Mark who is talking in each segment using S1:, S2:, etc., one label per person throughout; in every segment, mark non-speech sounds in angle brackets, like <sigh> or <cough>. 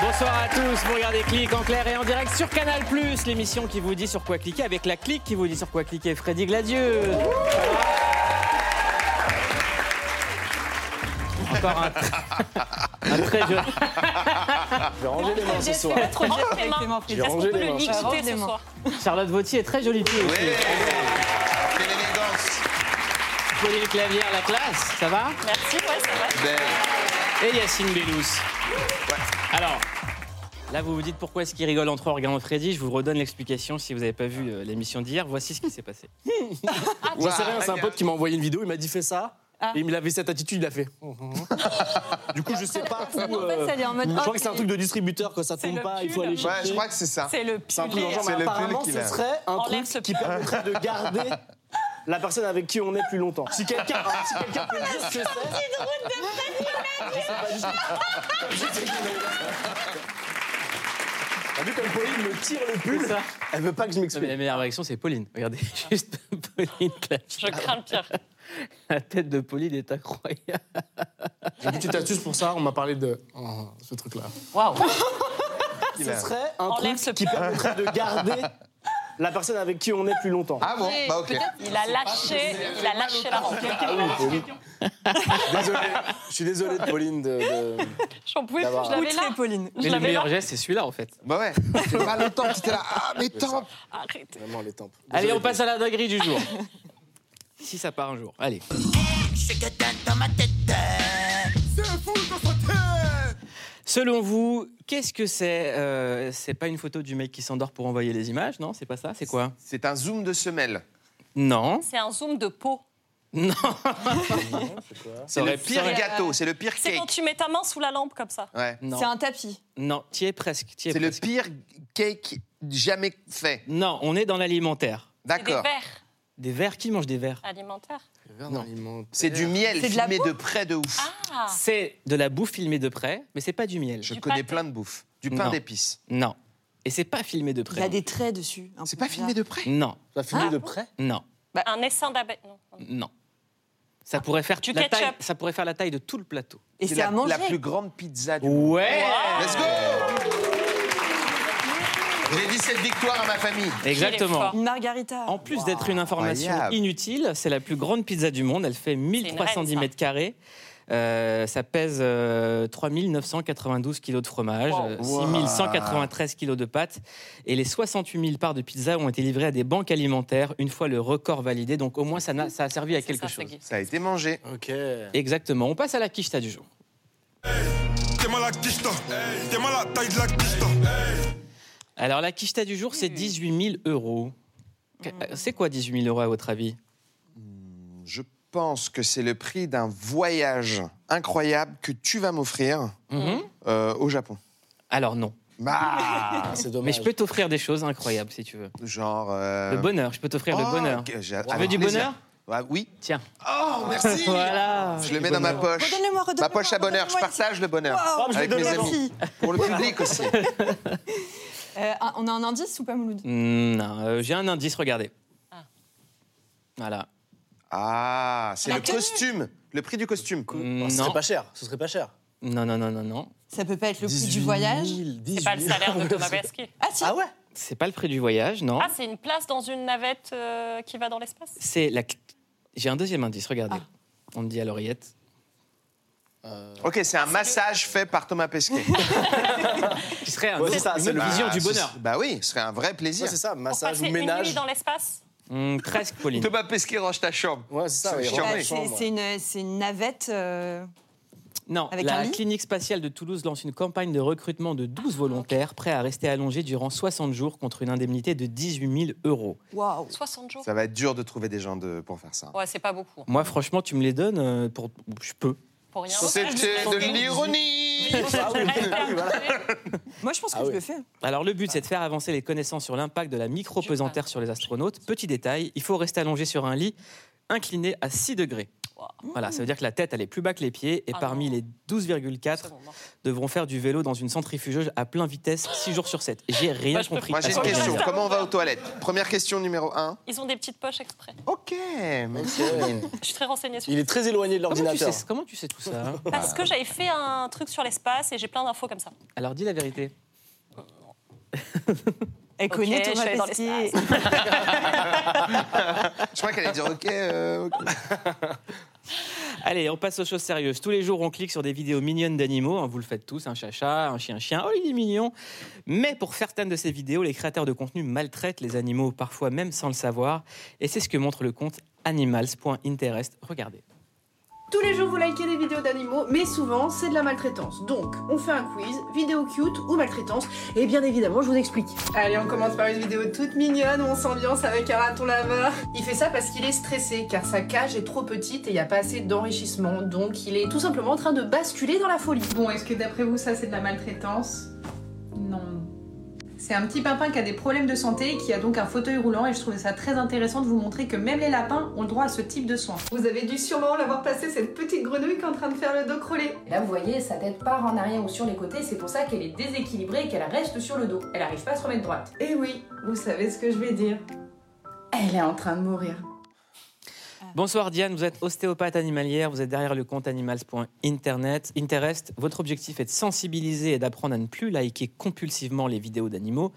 S1: Bonsoir à tous, vous regardez Clic en clair et en direct sur Canal+, l'émission qui vous dit sur quoi cliquer avec la clique qui vous dit sur quoi cliquer, Freddy Gladieux.
S2: <laughs>
S1: Encore un, tr- un très joli...
S3: <laughs> Je vais ranger les mains ce soir.
S4: Trop de tes mains.
S3: J'ai rangé les mains.
S4: Nick, j'étais ce
S3: <laughs>
S4: soir.
S1: Charlotte Vautier est très jolie pied.
S2: Ouais.
S1: aussi.
S2: Quelle élégance
S1: Pauline Clavier à la classe, ça va
S4: Merci, ouais, ça va.
S2: Belle.
S1: Et Yacine Bellous. Alors, là, vous vous dites pourquoi est-ce qu'il rigole en trois en regardant Freddy. Je vous redonne l'explication si vous n'avez pas vu euh, l'émission d'hier. Voici ce qui s'est passé.
S4: Ah,
S3: J'en
S4: bah,
S3: sais rien, c'est un pote qui m'a envoyé une vidéo, il m'a dit fais ça. Et il avait cette attitude, il a fait. du coup, je sais
S4: Ah,
S3: <laughs> pas. où,
S5: En
S3: euh,
S5: fait, ça lui est en mode.
S3: je
S5: oh,
S3: crois que c'est un truc de distributeur, quand ça
S4: C'est
S3: tombe
S4: le
S3: pas, il
S4: pull.
S3: faut aller chercher.
S2: Ouais, je crois que c'est ça.
S4: C'est le
S3: C'est un peu
S4: pull.
S3: genre,
S2: C'est
S3: mais
S2: le
S3: apparemment,
S2: pull qu'il
S3: ce
S2: a.
S3: serait un
S4: Enlève ce
S3: truc qui
S4: pull.
S3: permettrait de garder la personne avec qui on est plus longtemps. Si quelqu'un
S4: <laughs>
S3: si quelqu'un peut me dire ce que c'est.
S4: <laughs>
S3: T'as vu comme Pauline me tire le pull
S1: ça.
S3: Elle veut pas que je
S1: Non, mais
S3: m'explique.
S1: la meilleure réaction, c'est Pauline. Regardez, <laughs> juste Pauline
S4: Je
S1: Clavier.
S4: crains le pire.
S1: La tête de Pauline est incroyable.
S3: J'ai une petite astuce pour ça, on m'a parlé de oh, ce truc-là.
S4: Waouh.
S2: qu'il
S3: Ce
S2: a.
S3: serait un
S4: Enlève
S3: truc
S4: ce
S3: qui permettrait de garder la personne avec qui on est plus longtemps.
S2: Ah bon Bah ok.
S4: Il a lâché, il a lâché la rampe.
S1: Ah
S3: Désolé, je suis désolé de Pauline de. de-
S4: J'en pouvais plus,
S3: D'avoir-
S4: je l'avais là. Pauline. Je
S1: Mais
S4: l'avais
S1: le
S4: là.
S1: meilleur geste, c'est celui-là, en fait.
S2: Bah ouais. C'est pas longtemps que t'étais là. Ah mais tant.
S4: Arrête.
S3: Vraiment les tempes.
S1: <laughs> Allez, on passe à la dinguerie du
S4: <laughs>
S1: jour. si ça part un jour. Allez. Selon vous, qu'est-ce que c'est euh, C'est pas une photo du mec qui s'endort pour envoyer les images, non C'est pas ça C'est quoi
S2: C'est un zoom de semelle.
S1: Non.
S4: C'est un zoom de peau.
S1: Non.
S2: C'est
S1: aurait
S2: le pire
S5: pu-
S2: gâteau. C'est le pire
S4: euh, C'est quand
S2: cake.
S4: tu mets ta main sous la lampe comme ça.
S2: Ouais.
S1: Non.
S5: C'est un tapis.
S1: Non. T'y es presque. t'y es
S2: C'est le
S1: presque.
S2: pire cake jamais fait.
S1: Non, on est dans l'alimentaire.
S4: C'est des
S2: D'accord.
S4: verres
S1: Des vers Qui mange des vers
S4: alimentaires.
S2: C'est du miel
S5: C'est de la
S2: filmé de près de ouf.
S4: Ah.
S1: C'est de la bouffe filmée de près, mais c'est pas du miel.
S2: Je
S4: Du
S2: connais
S4: pâté.
S2: plein de bouffes. Du pain
S1: Non.
S2: d'épices.
S1: Non. Et c'est pas filmé de près.
S5: Il y a des traits dessus.
S2: C'est pas filmé de près
S1: Non.
S3: Ça
S5: Ah.
S3: filmé de près
S1: Non.
S3: Bah-
S4: Un essaim d'abeilles. Non.
S1: Non. Ça pourrait faire
S4: Du
S1: la
S4: ketchup.
S1: taille. Ça pourrait faire la taille de tout le plateau.
S5: Ah. Et c'est
S2: la,
S5: à manger.
S2: la plus grande pizza du monde.
S1: Ouais.
S2: Let's go J'ai dit cette victoire à ma famille.
S4: Il est
S1: Exactement.
S4: fort.
S5: Une margarita.
S1: En plus d'être une information
S2: Incroyable.
S1: inutile, c'est la plus grande pizza du monde. Elle fait
S4: reine,
S1: 1310
S4: ça.
S1: mètres carrés. Euh, ça pèse euh, 3992 kilos de fromage,
S4: Wow.
S1: euh,
S2: Wow.
S1: 6193 kilos de pâtes. Et les 68 000 parts de pizza ont été livrées à des banques alimentaires une fois le record validé. Donc au moins, ça, n'a- ça a servi à
S4: C'est
S1: quelque
S4: ça,
S1: chose.
S4: Feggy.
S2: Ça a été mangé.
S3: Ok.
S1: Exactement. On passe à la quicheta du jour.
S6: T'es mal à la quiche, toi. T'es mal à la taille de la quiche, toi.
S1: Alors la quicheta du jour, c'est
S4: Mmh.
S1: 18 000 euros. Que- euh, C'est quoi 18 000 euros à votre avis
S2: Je pense que c'est le prix d'un voyage incroyable que tu vas m'offrir
S1: Mhm.
S4: Mmh.
S2: euh, au Japon.
S1: Alors non.
S2: Bah,
S3: Ah, <laughs> c'est
S1: Mais
S3: dommage.
S1: je peux t'offrir des choses incroyables si tu veux.
S2: genre. euh,
S1: Le bonheur, je peux t'offrir le
S2: oh,
S1: bonheur.
S2: que j'ai-
S1: Tu
S2: avec
S1: veux du
S2: plaisir.
S1: bonheur
S2: Ouais, Oui.
S1: Tiens.
S2: Oh, merci
S1: <laughs> Voilà.
S2: Je le mets dans ma poche.
S5: Redonne-le-moi, redonne-le-moi.
S2: Ma poche à bonheur, je
S5: redonne-le-moi. Oh,
S2: partage le bonheur.
S5: Wow,
S3: je
S2: Avec
S3: vais
S2: mes
S3: donner
S2: amis.
S5: merci.
S2: Pour le public aussi.
S5: Euh, un- on a un indice ou pas, Mouloud
S1: Mm, Non, euh, j'ai un indice, regardez.
S4: Ah.
S1: Voilà.
S2: Ah, c'est
S5: La
S2: le
S5: tenue.
S2: costume. Le prix du costume.
S1: Mm,
S3: Oh, ce
S1: non.
S3: serait pas cher. Ce serait pas cher.
S1: non, non, non, non, non.
S5: Ça peut pas être le prix du voyage.
S4: C'est pas le salaire de Thomas Pesquet.
S5: Ah si.
S3: Ah ouais
S1: C'est pas le prix du voyage, non.
S4: Ah, c'est une place dans une navette euh, qui va dans l'espace
S1: C'est la. cl- J'ai un deuxième indice, regardez.
S5: Ah.
S1: On me dit à l'oreillette.
S2: Ok, c'est un massage fait par Thomas
S1: <laughs>
S2: Pesquet.
S1: Ce serait un
S3: Ouais, c'est
S1: autre-
S3: ça,
S1: une
S3: c'est
S1: autre
S3: le-
S1: vision
S2: Bah,
S1: du
S2: ce-
S1: bonheur.
S2: Bah oui, ce serait un vrai plaisir.
S3: Ouais, c'est ça,
S4: Pour
S3: massage
S4: passer
S3: ou
S4: une nuit
S3: ménage.
S4: dans l'espace
S1: Mm, presque, Pauline.
S2: Thomas Pesquet range ta chambre.
S3: Ouais, c'est ça.
S2: C'est
S3: ouais,
S2: chiant,
S3: ouais,
S5: Bah,
S2: mais-
S3: chambre,
S5: c'est
S3: ouais.
S5: c'est une, c'est une navette. euh,
S1: Non,
S5: Avec un
S1: la
S5: lit
S1: clinique spatiale de Toulouse lance une campagne de recrutement de 12 volontaires prêts à rester allongés durant 60 jours contre une indemnité de 18 000 euros.
S5: Waouh.
S4: 60 jours
S2: Ça va être Bah, dur de trouver des gens de... pour faire ça.
S4: Ouais, c'est pas beaucoup.
S1: Moi, franchement, tu me les donnes euh, pour. Je peux.
S4: Pour rien.
S2: C'était de l'ironie <laughs>
S5: Moi, je pense que
S3: Ah
S5: je
S3: ouais.
S5: le fais.
S1: Alors le but, c'est de faire avancer les connaissances sur l'impact de la micro-pesanteur sur les astronautes. Petit détail, il faut rester allongé sur un lit incliné à 6 degrés. Voilà, ça veut dire que la tête, elle est plus bas que les pieds. Et
S4: Ah
S1: parmi
S4: non.
S1: les 12,4
S4: C'est bon, mort.
S1: devront faire du vélo dans une centrifugeuse à pleine vitesse 6 jours sur 7. J'ai rien
S4: Moi, je peux
S1: compris.
S2: Moi,
S1: à
S2: j'ai
S1: ce
S2: une
S1: que je viens de
S2: question.
S1: dire.
S2: Comment on va aux toilettes Première question numéro 1.
S4: Ils ont des petites poches exprès.
S2: Ok, merci Caroline.
S4: Je suis très renseignée sur
S3: Il est très éloigné de
S1: Comment tu,
S3: l'ordinateur.
S1: sais, comment tu sais tout ça hein
S4: Parce que j'avais fait un truc sur l'espace et j'ai plein d'infos comme ça.
S1: Alors dis la vérité.
S5: Elle connaît
S4: Ok, je suis allée dans
S5: Thomas Pesquet.
S4: l'espace.
S2: Je crois qu'elle allait dire ok. euh, ok.
S1: <laughs> Allez, on passe aux choses sérieuses. Tous les jours, on clique sur des vidéos mignonnes d'animaux. hein, vous le faites tous, un chat-chat, un chien-chien. Oh, il est mignon. Mais pour certaines de ces vidéos, les créateurs de contenu maltraitent les animaux, parfois même sans le savoir. Et c'est ce que montre le compte animals.interest. Regardez.
S7: Tous les jours, vous likez des vidéos d'animaux, mais souvent, c'est de la maltraitance. Donc, on fait un quiz, vidéo cute ou maltraitance, et bien évidemment, je vous explique. Allez, on commence par une vidéo toute mignonne où on s'ambiance avec un raton laveur. Il fait ça parce qu'il est stressé, car sa cage est trop petite et il n'y a pas assez d'enrichissement, donc il est tout simplement en train de basculer dans la folie.
S8: Bon, est-ce que d'après vous, ça c'est de la maltraitance Non. C'est un petit pimpin qui a des problèmes de santé et qui a donc un fauteuil roulant et je trouvais ça très intéressant de vous montrer que même les lapins ont le droit à ce type de soins.
S7: Vous avez dû sûrement l'avoir passé, cette petite grenouille qui est en train de faire le dos crôlé.
S8: Là, vous voyez, sa tête part en arrière ou sur les côtés, c'est pour ça qu'elle est déséquilibrée et qu'elle reste sur le dos. Elle n'arrive pas à se remettre droite.
S7: Eh oui, vous savez ce que je vais dire. Elle est en train de mourir.
S1: Ah. Bonsoir Diane, vous êtes ostéopathe animalière, vous êtes derrière le compte animals.internet. Interest, votre objectif est de sensibiliser et d'apprendre à ne plus liker compulsivement les vidéos d'animaux.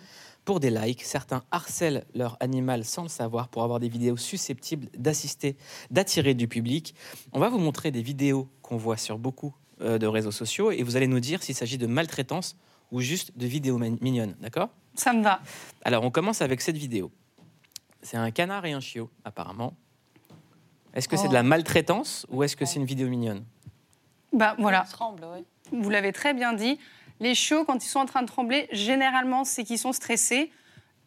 S1: Pour des likes, certains harcèlent leur animal sans le savoir pour avoir des vidéos susceptibles d'assister, d'attirer du public. On va vous montrer des vidéos qu'on voit sur beaucoup euh, de réseaux sociaux et vous allez nous dire s'il s'agit de maltraitance ou juste de vidéos man- mignonnes, d'accord
S9: Ça me va.
S1: alors, on commence avec cette vidéo. C'est un canard et un chiot, apparemment. Est-ce
S9: Oh.
S1: que c'est de la maltraitance ou est-ce que c'est une vidéo mignonne
S9: Bah voilà,
S4: Ils tremblent, ouais.
S9: vous l'avez très bien dit. Les chiots, quand ils sont en train de trembler, généralement, c'est qu'ils sont stressés.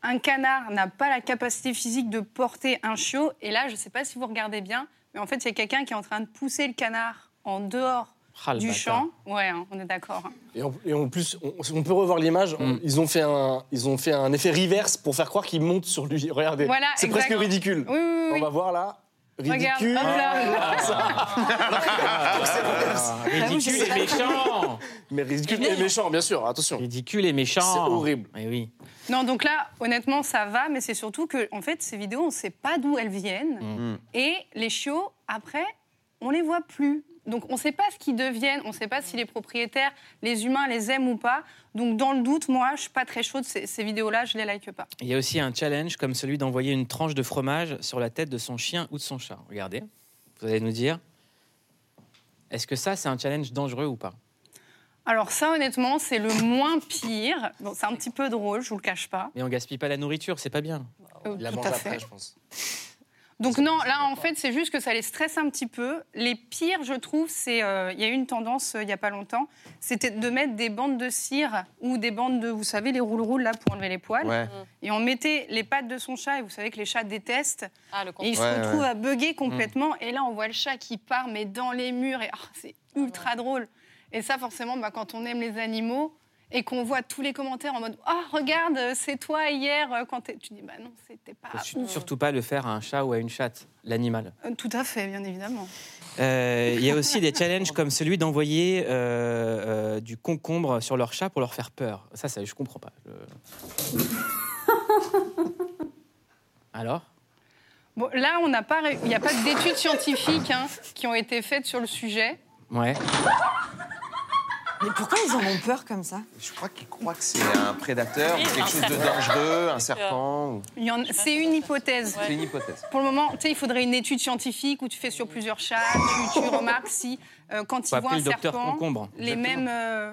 S9: Un canard n'a pas la capacité physique de porter un chiot. Et là, je ne sais pas si vous regardez bien, mais en fait, il y a quelqu'un qui est en train de pousser le canard en dehors
S1: Ah, le
S9: du
S1: bâtard.
S9: champ. Ouais, hein, on est d'accord. hein.
S3: Et en, et en plus, on, on peut revoir l'image. on-
S1: Mm.
S3: Ils ont fait un, ils ont fait un effet reverse pour faire croire qu'il monte sur lui. Regardez,
S9: Voilà,
S3: c'est
S9: exact.
S3: presque ridicule.
S9: Oui, oui,
S3: On
S9: oui.
S3: va voir là,
S9: Regarde, hop
S3: ridicule. Ah,
S9: là.
S10: Ah,
S1: Ah, Ridicule et méchant
S3: Mais ridicule et méchant, bien sûr. Attention.
S1: Ridicule et méchant
S3: C'est horrible.
S1: Eh oui.
S9: Non, donc là, honnêtement, ça va, mais c'est surtout que, en fait, ces vidéos, on ne sait pas d'où elles viennent.
S2: Mm.
S9: Et les chiots, après, on les voit plus. Donc, on ne sait pas ce qu'ils deviennent, on ne sait pas si les propriétaires, les humains, les aiment ou pas. Donc, dans le doute, moi, je suis pas très chaude. Ces, ces vidéos-là, je les like pas.
S1: Il y a aussi un challenge comme celui d'envoyer une tranche de fromage sur la tête de son chien ou de son chat. Regardez, vous allez nous dire est-ce que ça, c'est un challenge dangereux ou pas
S9: Alors ça, honnêtement, c'est le moins pire. Bon, c'est un petit peu drôle, je vous le cache pas.
S1: Mais on gaspille pas la nourriture, c'est pas bien.
S9: Euh,
S3: Il la
S9: tout
S3: mange
S9: à
S3: après,
S9: fait.
S3: je pense.
S9: Donc non, là en fait c'est juste que ça les stresse un petit peu. Les pires je trouve, c'est euh, il y a eu une tendance euh, il y a pas longtemps, c'était de mettre des bandes de cire ou des bandes de vous savez les roule roules là pour enlever les poils
S2: Ouais.
S9: et on mettait les pattes de son chat et vous savez que les chats détestent
S4: Ah, le
S9: et
S4: compte.
S9: ils se
S2: Ouais, Mm.
S9: retrouvent à bugger complètement et là on voit le chat qui part mais dans les murs et ah, c'est ultra drôle. Et ça forcément bah, quand on aime les animaux et qu'on voit tous les commentaires en mode ah regarde c'est toi hier euh, quand t'es- tu dis bah non c'était pas
S1: Faut su- surtout pas le faire à un chat ou à une chatte, l'animal.
S9: Euh, tout à fait bien évidemment.
S1: Euh, Il y a aussi des challenges comme celui d'envoyer euh, euh, du concombre sur leur chat pour leur faire peur. Ça, ça je comprends pas. Je- Alors
S9: Bon, là, on n'a pas, ré- il n'y a pas d'études scientifiques hein, qui ont été faites sur le sujet.
S1: Ouais.
S5: Mais pourquoi ils en ont peur comme ça
S2: Je crois qu'il croit que c'est un prédateur ou
S4: Oui,
S2: quelque
S4: un
S2: chose de
S4: serpent.
S2: dangereux, un serpent. ou-
S9: Il y en- C'est une hypothèse.
S2: C'est une hypothèse.
S9: Pour le moment, tu sais, il faudrait une étude scientifique où tu fais sur plusieurs chats,
S2: <laughs>
S9: tu, tu remarques si euh, quand
S1: Faut
S9: ils voient
S1: appeler
S9: un
S1: le docteur
S9: serpent,
S1: concombre.
S9: les mêmes, euh,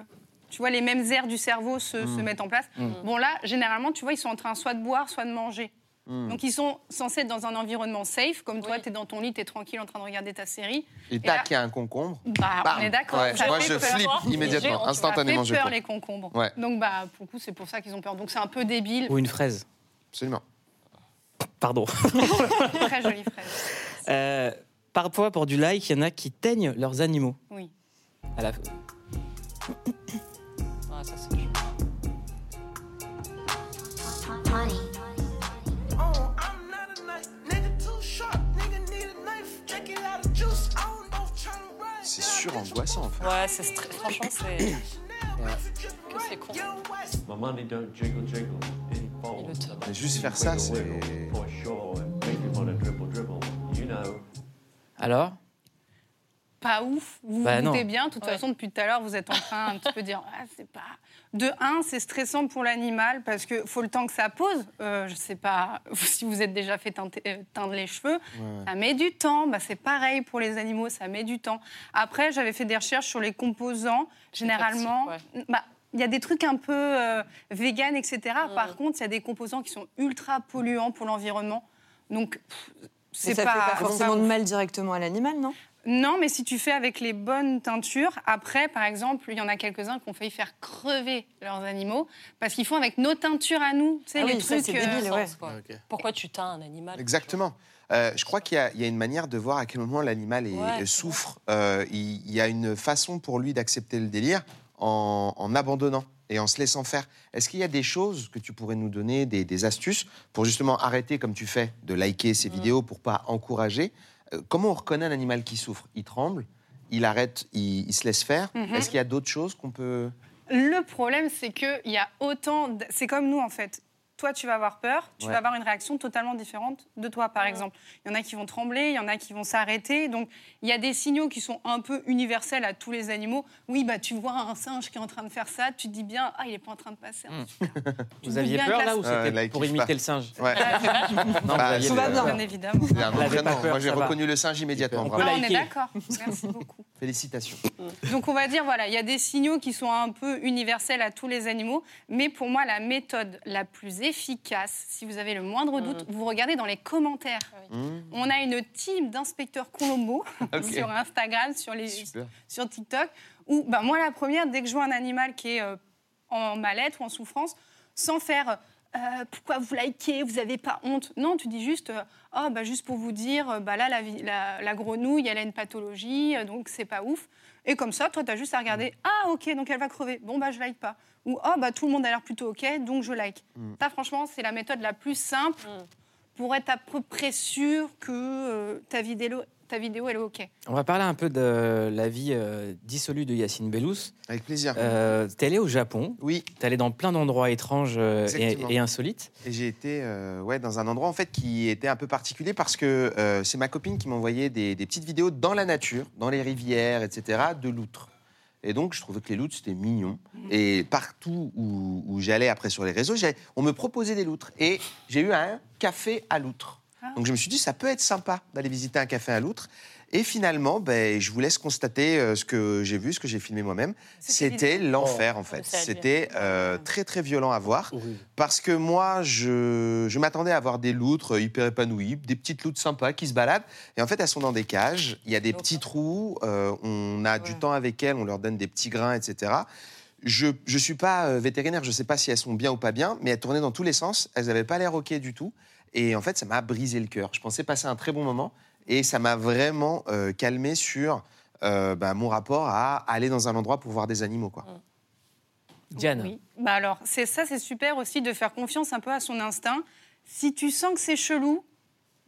S9: tu vois, les mêmes aires du cerveau se,
S2: Hmm.
S9: se mettent en place. Bon là, généralement, tu vois, ils sont en train soit de boire, soit de manger.
S2: Hmm.
S9: Donc ils sont censés être dans un environnement safe, comme toi,
S4: Oui.
S9: tu es dans ton lit, tu es tranquille en train de regarder ta série.
S2: Et
S9: là-
S2: tac, il y a un concombre.
S9: Bah,
S2: Bam.
S9: on est d'accord.
S2: Ouais,
S9: ça
S2: Moi,
S9: fait
S2: je
S9: peur.
S2: flippe
S4: Géant, tu
S2: immédiatement,
S4: m'as
S9: Ça fait
S2: instantanément, je
S9: peur
S2: cours.
S9: les concombres.
S2: Ouais.
S9: Donc bah pour le coup c'est pour ça qu'ils ont peur. Donc c'est un peu débile.
S1: Ou une fraise.
S2: Absolument.
S1: Pardon.
S9: Très jolie fraise.
S1: Euh, parfois, pour du like, il y en a qui teignent leurs animaux.
S9: Oui. <laughs>
S1: À la-
S4: Ah, ça, c'est chaud.
S6: Oh, I'm not a knife, nigga too sharp, nigga need a knife, drink it out of juice, I don't
S2: c'est surangoissant en fait.
S4: Ouais, c'est stra- franchement, c'est. Que c'est con.
S11: My money don't jiggle jiggle, it folds.
S2: Mais juste faire ça, c'est.
S11: For sure, it make you wanna dribble dribble. You know,
S1: Alors
S9: Pas ouf, vous
S1: Bah,
S9: vous
S1: non.
S9: doutez bien. De toute
S4: Ouais.
S9: façon, depuis tout à l'heure, vous êtes en train un petit peu de dire Ah, c'est pas. De un, c'est stressant pour l'animal parce que faut le temps que ça pose. Euh, je sais pas <laughs> si vous êtes déjà fait teinter- euh, teindre les cheveux. Ça met du temps. Bah, c'est pareil pour les animaux, ça met du temps. Après, j'avais fait des recherches sur les composants. Généralement,
S4: toxiques,
S9: bah, il y a des trucs un peu euh, vegan, etc.
S5: Mm.
S9: Par contre, il y a des composants qui sont ultra polluants pour l'environnement. Donc, pff,
S5: Mais
S9: c'est
S5: ça
S9: pas,
S5: fait pas
S9: c'est pas
S5: forcément
S9: ouf.
S5: de mal directement à l'animal, non
S9: Non, mais si tu fais avec les bonnes teintures, après, par exemple, il y en a quelques-uns qui ont failli faire crever leurs animaux parce qu'ils font avec nos teintures à nous. Tu sais,
S5: Ah
S9: les
S5: oui, ça,
S9: trucs. euh,
S5: c'est débile.
S4: Sens,
S5: ouais.
S4: quoi.
S3: Ok.
S4: Pourquoi tu teins un
S1: Ah,
S4: animal
S2: Exactement. Euh, je crois qu'il y, a- il y a une manière de voir à quel moment l'animal est-
S4: Ouais, c'est
S2: souffre. Euh, il, il y a une façon pour lui d'accepter le délire en, en abandonnant et en se laissant faire. Est-ce qu'il y a des choses que tu pourrais nous donner, des, des astuces pour justement arrêter, comme tu fais, de liker ces vidéos pour pas encourager Euh, Comment on reconnaît un animal qui souffre Il tremble, il arrête, il, il se laisse faire.
S9: Mhm.
S2: Est-ce qu'il y a d'autres choses qu'on peut...
S9: Le problème, c'est qu'il y a autant. d- C'est comme nous, en fait. Toi, tu vas avoir peur, tu
S2: Ouais.
S9: vas avoir une réaction totalement différente de toi, par
S4: Ouais.
S9: exemple. Il y en a qui vont trembler, il y en a qui vont s'arrêter. Donc, il y a des signaux qui sont un peu universels à tous les animaux. Oui, bah, tu vois un singe qui est en train de faire ça, tu te dis bien, ah, il est pas en train de passer.
S1: Hmm.
S9: Tu
S1: Vous
S9: te
S1: aviez
S9: dis bien
S1: peur
S9: que la-
S1: là ou
S2: Euh,
S1: c'était
S2: là, il
S1: pour
S2: kiffe
S1: imiter
S2: pas.
S1: le singe
S2: Ouais.
S9: Ah,
S1: <laughs> Non, vous
S2: Bah,
S1: aviez
S2: c'est-
S1: peur.
S5: bien.
S9: Bien évidemment.
S2: C'est un
S1: Elle avait pas
S2: entraînement.
S1: peur,
S2: Moi, j'ai
S1: ça va.
S2: reconnu le singe immédiatement.
S1: On peut
S2: vraiment.
S9: Ah, on est
S1: liker.
S9: d'accord. Merci beaucoup.
S2: Félicitations.
S9: Donc on va dire, voilà, il y a des signaux qui sont un peu universels à tous les animaux, mais pour moi, la méthode la plus efficace, si vous avez le moindre doute, vous regardez dans les commentaires.
S1: Hmm.
S2: Mhm.
S9: On a une team d'inspecteurs Colombo
S2: Ok.
S9: sur Instagram, sur, les,
S2: Super.
S9: sur TikTok, où ben, moi, la première, dès que je vois un animal qui est euh, en mal-être ou en souffrance, sans faire... euh, pourquoi vous likez Vous n'avez pas honte Non, tu dis juste, euh, Ah, bah, juste pour vous dire, euh, bah, là, la, vi- la- la grenouille, elle a une pathologie, euh, donc c'est pas ouf. Et comme ça, toi, tu as juste à regarder Ah, ok, donc elle va crever. Bon, bah, je like pas. Ou Ah, bah, tout le monde a l'air plutôt ok, donc je like. Ça, franchement, c'est la méthode la plus simple pour être à peu près sûr que euh, ta, vidéo, ta vidéo, elle est ok.
S1: On va parler un peu de la vie euh, dissolue de Yacine Bellous.
S2: Avec plaisir.
S1: Euh, T'es allé au Japon,
S2: Oui,
S1: t'es allé dans plein d'endroits étranges euh, et,
S2: Exactement.
S1: et insolites.
S2: et j'ai été euh, ouais, dans un endroit en fait qui était un peu particulier parce que euh, c'est ma copine qui m'envoyait des, des petites vidéos dans la nature, dans les rivières, etc., de loutres. Et donc, je trouvais que les loutres, c'était mignon. Et partout où, où j'allais après sur les réseaux, j'allais- on me proposait des loutres. Et j'ai eu un café à loutres. Donc, je me suis dit, ça peut être sympa d'aller visiter un café à loutres. Et finalement, ben, je vous laisse constater euh, ce que j'ai vu, ce que j'ai filmé moi-même. C'était l'enfer, en fait.
S4: C'est à dire.
S2: C'était euh, très, très violent à voir. Parce que moi, je, je m'attendais à avoir des loutres euh, hyper épanouies, des petites loutres sympas qui se baladent. Et en fait, elles sont dans des cages. Il y a des petits trous. euh, on a du temps avec elles. On leur donne des petits grains, etc. Je ne suis pas euh, vétérinaire. Je ne sais pas si elles sont bien ou pas bien. Mais elles tournaient dans tous les sens. Elles n'avaient pas l'air OK du tout. Et en fait, ça m'a brisé le cœur. Je pensais passer un très bon moment. Et ça m'a vraiment euh, calmé sur euh, bah, mon rapport à aller dans un endroit pour voir des animaux. Quoi.
S9: Mmh.
S1: Diane,
S9: Oui. Bah alors, c'est ça, c'est super aussi de faire confiance un peu à son instinct. Si tu sens que c'est chelou,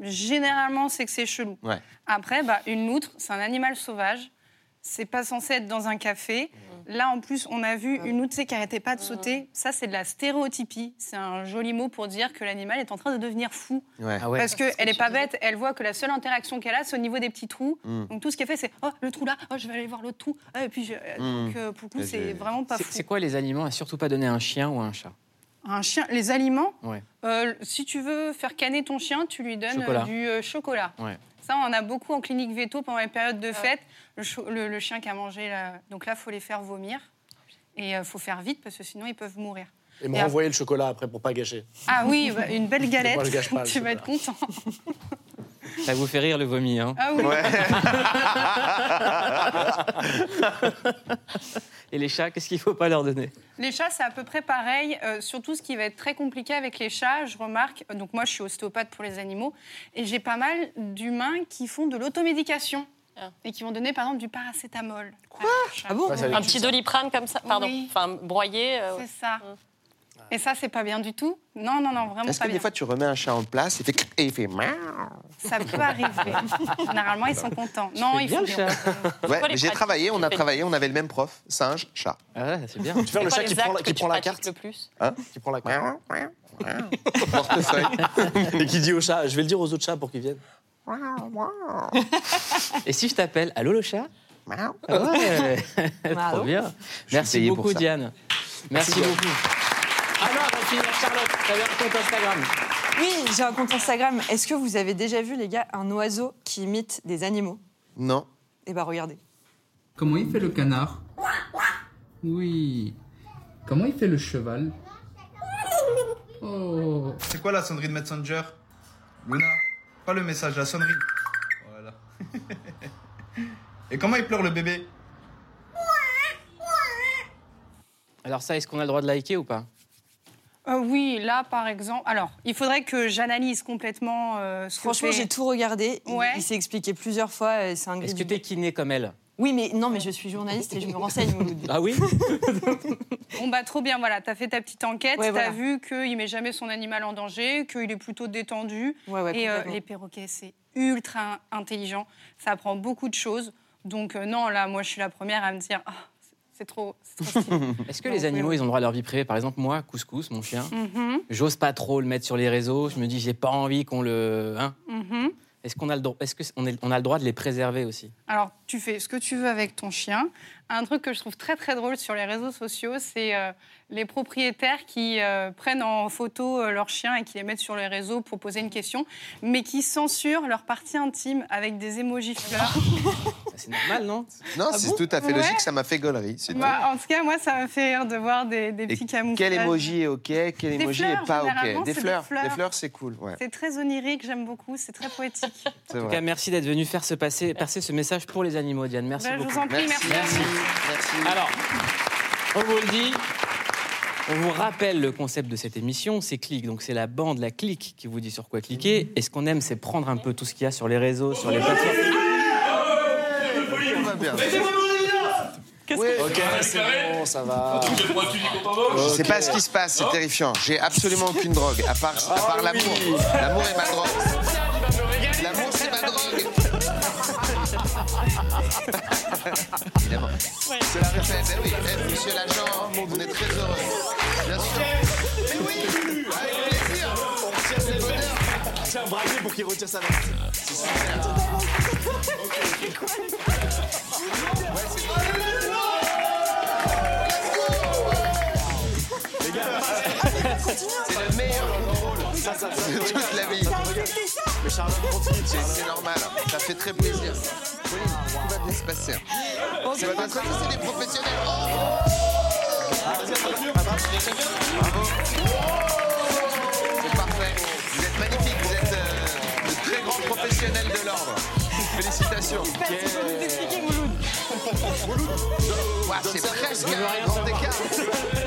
S9: généralement, c'est que c'est chelou.
S2: Ouais.
S9: Après, bah, une loutre, c'est un animal sauvage. C'est pas censé être dans un café. Là, en plus, on a vu une loutre tu sais, qui arrêtait pas de sauter. Ça, c'est de la stéréotypie. C'est un joli mot pour dire que l'animal est en train de devenir fou.
S2: Ouais.
S1: Ah ouais.
S9: Parce qu'elle n'est pas bête, elle voit que la seule interaction qu'elle a, c'est au niveau des petits trous.
S1: Hmm.
S2: Mm.
S9: Donc tout ce qu'elle fait, c'est oh, le trou là, oh, je vais aller voir l'autre trou. Ah, Et puis, je-
S1: Hmm.
S9: donc, euh, pour le coup,
S2: Et
S9: c'est
S2: Mmh. j'ai-
S9: vraiment pas
S1: c'est-
S9: fou.
S1: c'est quoi les aliments à surtout pas donner à un chien ou à un chat
S9: Un chien, les aliments
S1: Ouais.
S9: euh, Si tu veux faire canner ton chien, tu lui donnes euh,
S1: Chocolat.
S9: du euh, chocolat.
S1: Ouais.
S9: Ça, on en a beaucoup en clinique veto pendant les périodes
S3: Ah.
S9: de fête. Le, cho- le- le chien qui a mangé, là, donc là, faut les faire vomir. Et euh, faut faire vite parce que sinon, ils peuvent mourir.
S3: Et
S9: Et
S3: me
S9: à-
S3: renvoyer le chocolat après pour pas gâcher.
S9: Ah
S3: <laughs>
S9: oui, bah, une belle galette.
S3: je
S9: <laughs>
S3: gâche pas le
S9: tu vas être content. <laughs>
S1: Ça vous fait rire le vomi, hein
S9: Ah oui.
S1: <laughs> Et les chats, qu'est-ce qu'il faut pas leur donner
S9: Les chats, c'est à peu près pareil. euh, surtout, ce qui va être très compliqué avec les chats, je remarque. euh, Donc, moi, je suis ostéopathe pour les animaux. Et j'ai pas mal d'humains qui font de l'automédication.
S4: Ah.
S9: Et qui vont donner, par exemple, du paracétamol. à leur chat.
S5: Ah bon
S3: Ouais, ça-
S4: Un petit doliprane comme ça, pardon,
S9: Oui.
S4: enfin broyé. euh,
S9: C'est ça.
S4: Mm.
S9: Et ça, c'est pas bien du tout. Non, non, non, vraiment
S2: Est-ce
S9: pas
S2: que des
S9: bien.
S2: fois tu remets un chat en place, il fait clic et il fait miaou
S9: Ça peut arriver. Généralement, ils sont contents. Non,
S1: fais
S9: il
S1: bien
S9: faut
S1: le
S9: bien.
S2: Ouais,
S12: quoi les
S2: mais j'ai
S12: pratiques
S2: travaillé,
S12: que
S2: on
S12: tu
S2: a
S12: fais
S2: travaillé, on avait le même prof, singe, chat.
S1: Ah, c'est bien.
S3: Tu fais le
S12: C'est
S3: chat
S12: quoi
S3: qui
S12: les
S3: prend,
S12: actes
S3: la- qui
S12: que tu
S3: prend la
S12: pratiques
S3: carte
S12: le plus
S2: Hein?
S3: Qui prend la carte
S2: Miaou, miaou, miaou. <laughs> Portefeuille.
S3: et qui dit au chat Je vais le dire aux autres chats pour qu'ils viennent. <laughs>
S2: Miaou, miaou,
S1: Et si je t'appelle Allô le chat
S2: miaou.
S1: Ah Ouais <laughs> Trop
S5: Allô
S1: bien.
S2: Je suis
S1: Merci
S2: payé pour
S1: beaucoup,
S2: ça.
S1: Diane. Merci beaucoup. Ah non, avant de finir, Charlotte, tu avais un compte Instagram.
S5: Oui, j'ai un compte Instagram. Est-ce que vous avez déjà vu, les gars, un oiseau qui imite des animaux
S2: Non.
S5: Eh ben, regardez.
S13: Comment il fait le canard Oui. Comment il fait le cheval Oh.
S14: C'est quoi la sonnerie de Messenger Luna Pas le message, la sonnerie.
S10: Bah,
S14: Voilà. Et comment il pleure le bébé
S1: Alors ça, est-ce qu'on a le droit de liker ou pas
S9: Euh, oui, là, par exemple. Alors, il faudrait que j'analyse complètement euh, ce que
S5: Franchement,
S9: fait-
S5: j'ai tout regardé. Il-
S9: Ouais.
S5: Il, s'est expliqué plusieurs fois. euh, C'est un
S1: Est-ce
S5: gris
S1: que
S5: du-
S1: t'es kiné comme elle
S5: Oui, mais non, mais je suis journaliste et je me renseigne, Mouloud.
S1: Ah oui
S9: Bon, bah, trop bien, voilà. T'as fait ta petite enquête.
S5: Ouais,
S9: T'as
S5: voilà.
S9: vu qu'il met jamais son animal en danger, qu'il est plutôt détendu.
S5: Ouais, ouais,
S9: Et euh,
S5: complètement.
S9: les perroquets, c'est ultra intelligent. Ça apprend beaucoup de choses. Donc, euh, non, là, moi, je suis la première à me dire Ah, c'est- c'est trop, c'est trop stylé.
S1: <laughs> Est-ce que les animaux, ils ont le droit à leur vie privée Par exemple, moi, Couscous, mon chien,
S5: Hein
S9: Mhm,
S1: j'ose pas trop le mettre sur les réseaux. Je me dis, j'ai pas envie qu'on le... hein
S9: mhm.
S1: Est-ce qu'on a le droit Est-ce que c'est- on est- on a le droit de les préserver aussi
S9: Alors, tu fais ce que tu veux avec ton chien. Un truc que je trouve très très drôle sur les réseaux sociaux, c'est euh, les propriétaires qui euh, prennent en photo euh, leurs chiens et qui les mettent sur les réseaux pour poser une question, mais qui censurent leur partie intime avec des émojis fleurs.
S1: Ah, C'est normal, non
S2: Non,
S5: Ah
S2: c'est
S5: bon
S2: tout à fait
S9: Ouais.
S2: logique, ça m'a fait gaulerie. c'est tout.
S9: Bah, en tout cas, moi, ça me fait rire de voir des, des
S2: Et
S9: petits camouflages.
S2: Quel
S12: euh,
S2: emoji est OK, quel
S9: Des
S2: emoji
S9: fleurs,
S2: est pas
S9: Ah, généralement,
S2: OK Des
S9: c'est des
S2: fleurs.
S9: fleurs.
S2: Des fleurs, c'est cool. Ouais,
S9: C'est très onirique, j'aime beaucoup, c'est très poétique.
S2: c'est
S1: En tout
S2: vrai.
S1: cas, merci d'être venu faire ce passer, percer ce message pour les animaux, Diane. Merci
S9: Bah, je
S1: beaucoup.
S9: vous en prie,
S2: Merci.
S9: merci.
S1: Merci. Alors, on vous le dit. On vous rappelle le concept de cette émission, c'est clic. Donc c'est la bande, la clique qui vous dit sur quoi cliquer. Et ce qu'on aime, c'est prendre un peu tout ce qu'il y a sur les réseaux, sur les plateformes.
S2: On va bien.
S3: Ok, c'est bon, ça va.
S2: Je sais pas ce qui se passe, c'est terrifiant. J'ai absolument aucune drogue, à part, à
S12: Ah
S3: Ah
S2: part l'amour. L'amour est ma drogue. L'amour, c'est ma drogue. Évidemment. C'est la recette. Eh oui, eh, monsieur l'agent, on est très heureux. Bien sûr. Mais oui, avec plaisir. C'est le bonheur.
S3: Tiens, braquer pour qu'il retire sa
S2: C'est le meilleur de toute la vie.
S3: Mais Charlotte, continue.
S2: C'est c'est normal, hein. ça fait très plaisir. Oui, tout va bien se passer. Ça va bien se passer, c'est des professionnels. Oh Bravo. C'est parfait. Vous êtes magnifique, vous êtes euh, de très grands professionnels de l'ordre. Félicitations. Ouah, c'est presque un grand écart.